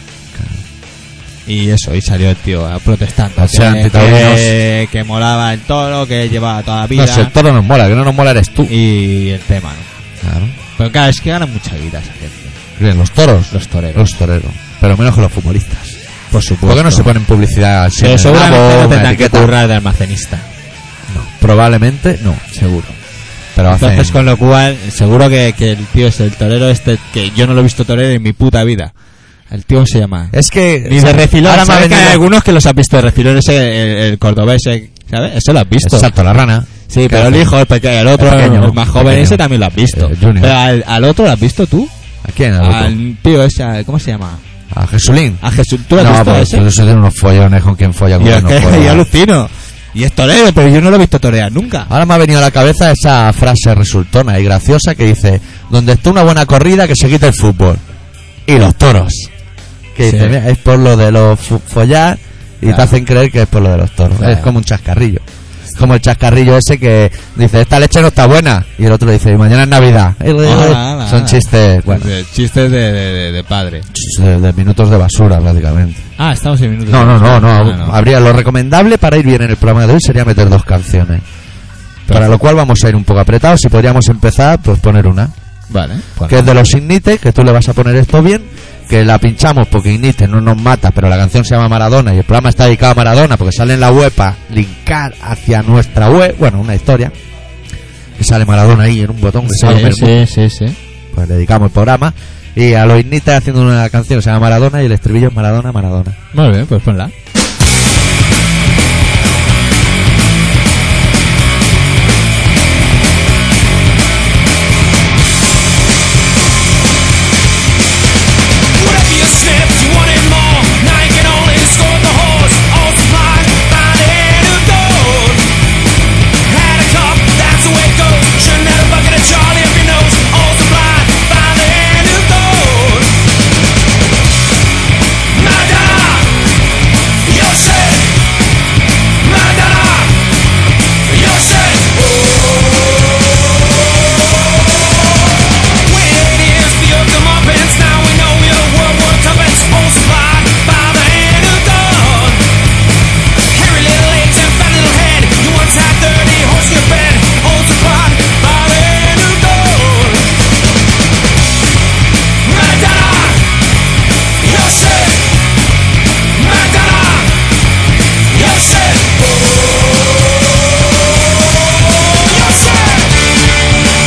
Speaker 1: Y eso, y salió el tío a protestando.
Speaker 2: O sea,
Speaker 1: que,
Speaker 2: antitaurinos.
Speaker 1: que- que molaba el toro, que llevaba toda la vida.
Speaker 2: No, si el toro nos mola, que no nos mola eres tú.
Speaker 1: y el tema, ¿no?
Speaker 2: Claro.
Speaker 1: Pero claro, es que ganan mucha vida esa gente.
Speaker 2: Bien, los toros.
Speaker 1: Los toreros.
Speaker 2: Los toreros. Pero menos que los futbolistas.
Speaker 1: Por supuesto.
Speaker 2: ¿Por qué no se ponen publicidad al
Speaker 1: Pero
Speaker 2: cine?
Speaker 1: seguramente
Speaker 2: Una
Speaker 1: no
Speaker 2: bomba,
Speaker 1: tendrán que
Speaker 2: etiqueta.
Speaker 1: currar de almacenista.
Speaker 2: Probablemente no.
Speaker 1: Seguro.
Speaker 2: pero hacen-
Speaker 1: Entonces, con lo cual, seguro que, que el tío es el torero este, que yo no lo he visto torero en mi puta vida. El tío se llama.
Speaker 2: Es que.
Speaker 1: Ni de refilón.
Speaker 2: Ahora me ha
Speaker 1: ¿sabes que hay
Speaker 2: venido-
Speaker 1: algunos que los han visto de refilón, ese, el, el cordobés, ese, ¿sabes? Eso lo has visto.
Speaker 2: Exacto, la rana.
Speaker 1: Sí, pero el
Speaker 2: hace?
Speaker 1: hijo, el pequeño, el otro,
Speaker 2: El
Speaker 1: el,
Speaker 2: pequeño,
Speaker 1: más
Speaker 2: el
Speaker 1: joven,
Speaker 2: pequeño.
Speaker 1: ese también lo has visto.
Speaker 2: El junior.
Speaker 1: Pero al, al otro lo has visto tú.
Speaker 2: ¿A quién? ¿Al otro?
Speaker 1: Al tío ese, al- ¿cómo se llama?
Speaker 2: ¿A Jesulín?
Speaker 1: A Jesús, ¿tú lo has
Speaker 2: no, pues
Speaker 1: visto
Speaker 2: pero
Speaker 1: ese?
Speaker 2: eso tiene unos follones con quien folla con
Speaker 1: Y es
Speaker 2: quien no
Speaker 1: que-
Speaker 2: folla.
Speaker 1: yo alucino. Y es torero, pero yo no lo he visto torear nunca.
Speaker 2: Ahora me ha venido a la cabeza esa frase resultona y graciosa que dice: Donde está una buena corrida, que se quite el fútbol. Y los toros. Que
Speaker 1: Sí.
Speaker 2: dice, "Mira, es por lo de los fu- follar y te
Speaker 1: Claro.
Speaker 2: hacen creer que es por lo de los toros.
Speaker 1: Claro.
Speaker 2: Es como un chascarrillo. Es como el chascarrillo ese que dice: Esta leche no está buena. Y el otro le dice: "Y Mañana es Navidad.
Speaker 1: Ala, ala,
Speaker 2: Son
Speaker 1: ala.
Speaker 2: chistes, eh, bueno,
Speaker 1: De- Chistes de, de- de- de padre.
Speaker 2: chistes de, de minutos de basura, prácticamente.
Speaker 1: Ah, estamos en minutos.
Speaker 2: No, no, no, no.
Speaker 1: Ah, no.
Speaker 2: Habría lo recomendable para ir bien en el programa de hoy sería meter dos canciones. Para lo cual vamos a ir un poco apretados. Si podríamos empezar, pues poner una.
Speaker 1: Vale.
Speaker 2: Que es de los Ignites, que tú le vas a poner esto bien. Que la pinchamos porque Ignites no nos mata, pero la canción se llama Maradona y el programa está dedicado a Maradona porque sale en la web para linkar hacia nuestra web. Bueno, una historia. Que sale Maradona ahí en un botón
Speaker 1: pues
Speaker 2: que se va a comer
Speaker 1: sí, sí, sí, sí.
Speaker 2: pues le dedicamos el programa. Y a los Ignites haciendo una canción que se llama Maradona y el estribillo es Maradona, Maradona.
Speaker 1: Muy bien, pues ponla.
Speaker 7: Whatever you slipped, you wanted more. Now you can only escort the horse, all supplied by the head of gold. Had a cup, that's the way it goes. Shouldn't have a bucket of Charlie up your nose, all supplied by the head of gold. Madonna, your shit. Madonna, your shit. Yeah!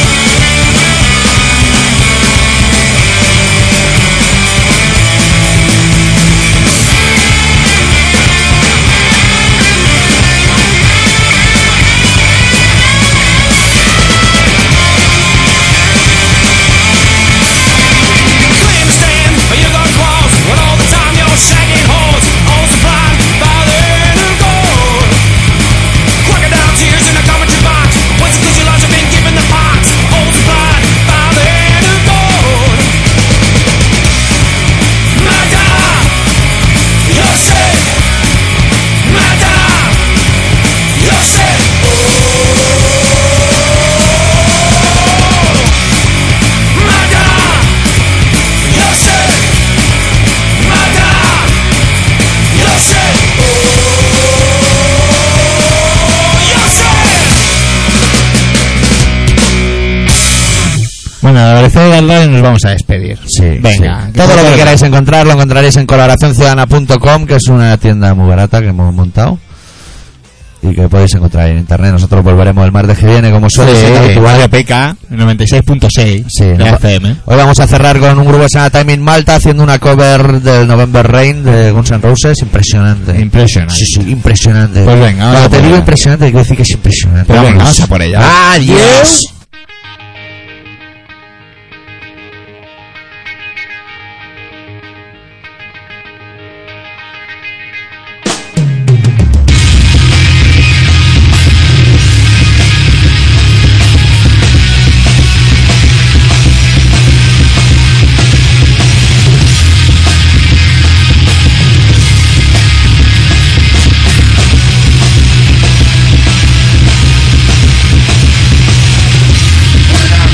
Speaker 7: Yeah!
Speaker 1: Bueno, agradecer a Darla y nos vamos a despedir.
Speaker 2: Sí,
Speaker 1: Venga.
Speaker 2: sí. Todo lo que queráis encontrar lo encontraréis en colaboracionciudadana.com, que es una tienda muy barata que hemos montado y que podéis encontrar en internet. Nosotros volveremos el martes que viene, como suele ser habitual.
Speaker 1: Radio PK 96.6
Speaker 2: Sí,
Speaker 1: de
Speaker 2: nos va-
Speaker 1: FM.
Speaker 2: Hoy vamos a cerrar con un grupo que se llama Timing Malta haciendo una cover del November Rain de Guns N' Roses. Impresionante.
Speaker 1: Impresionante.
Speaker 2: Sí, sí, impresionante.
Speaker 1: Pues venga, vamos a
Speaker 2: Cuando
Speaker 1: por
Speaker 2: te digo
Speaker 1: ella.
Speaker 2: impresionante, quiero decir que es impresionante.
Speaker 1: Pues venga, vamos a por ella.
Speaker 2: Adiós.
Speaker 7: Madonna,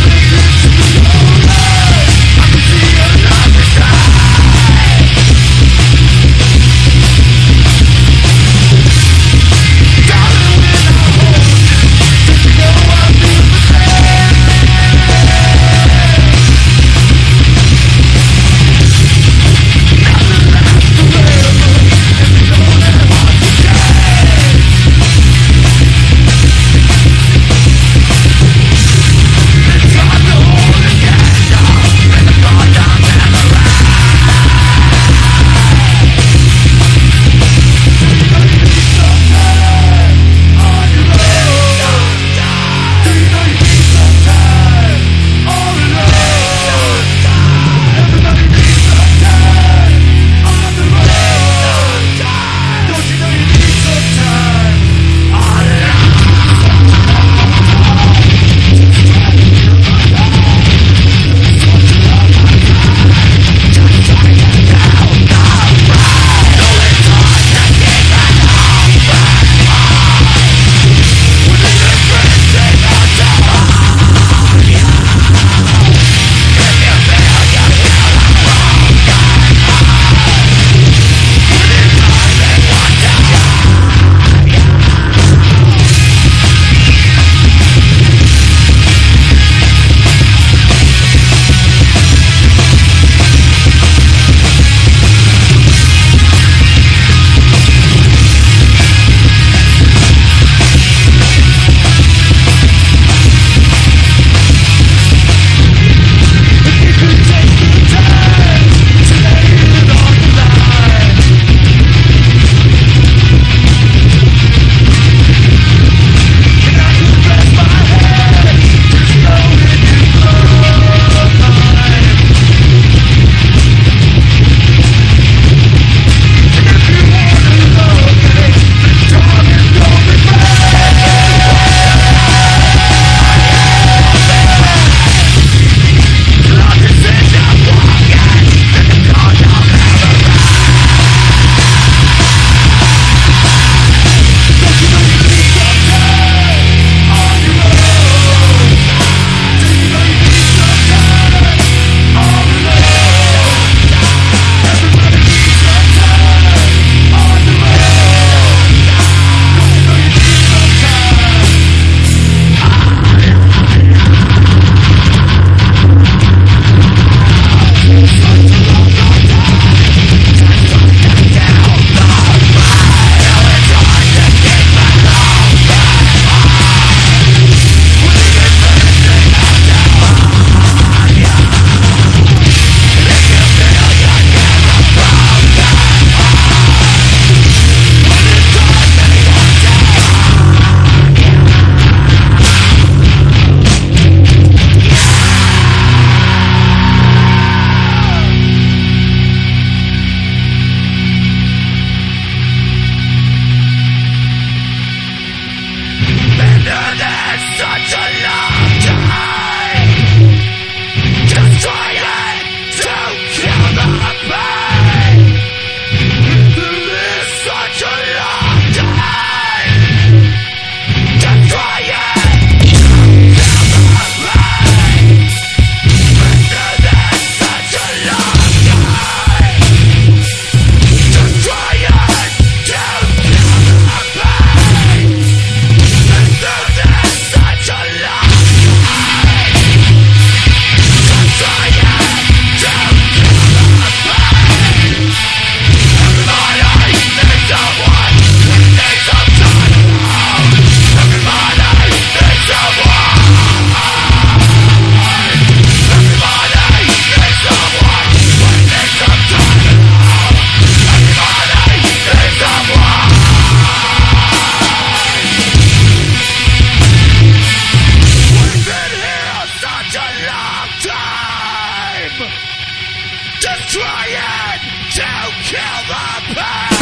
Speaker 7: trying to kill the pain.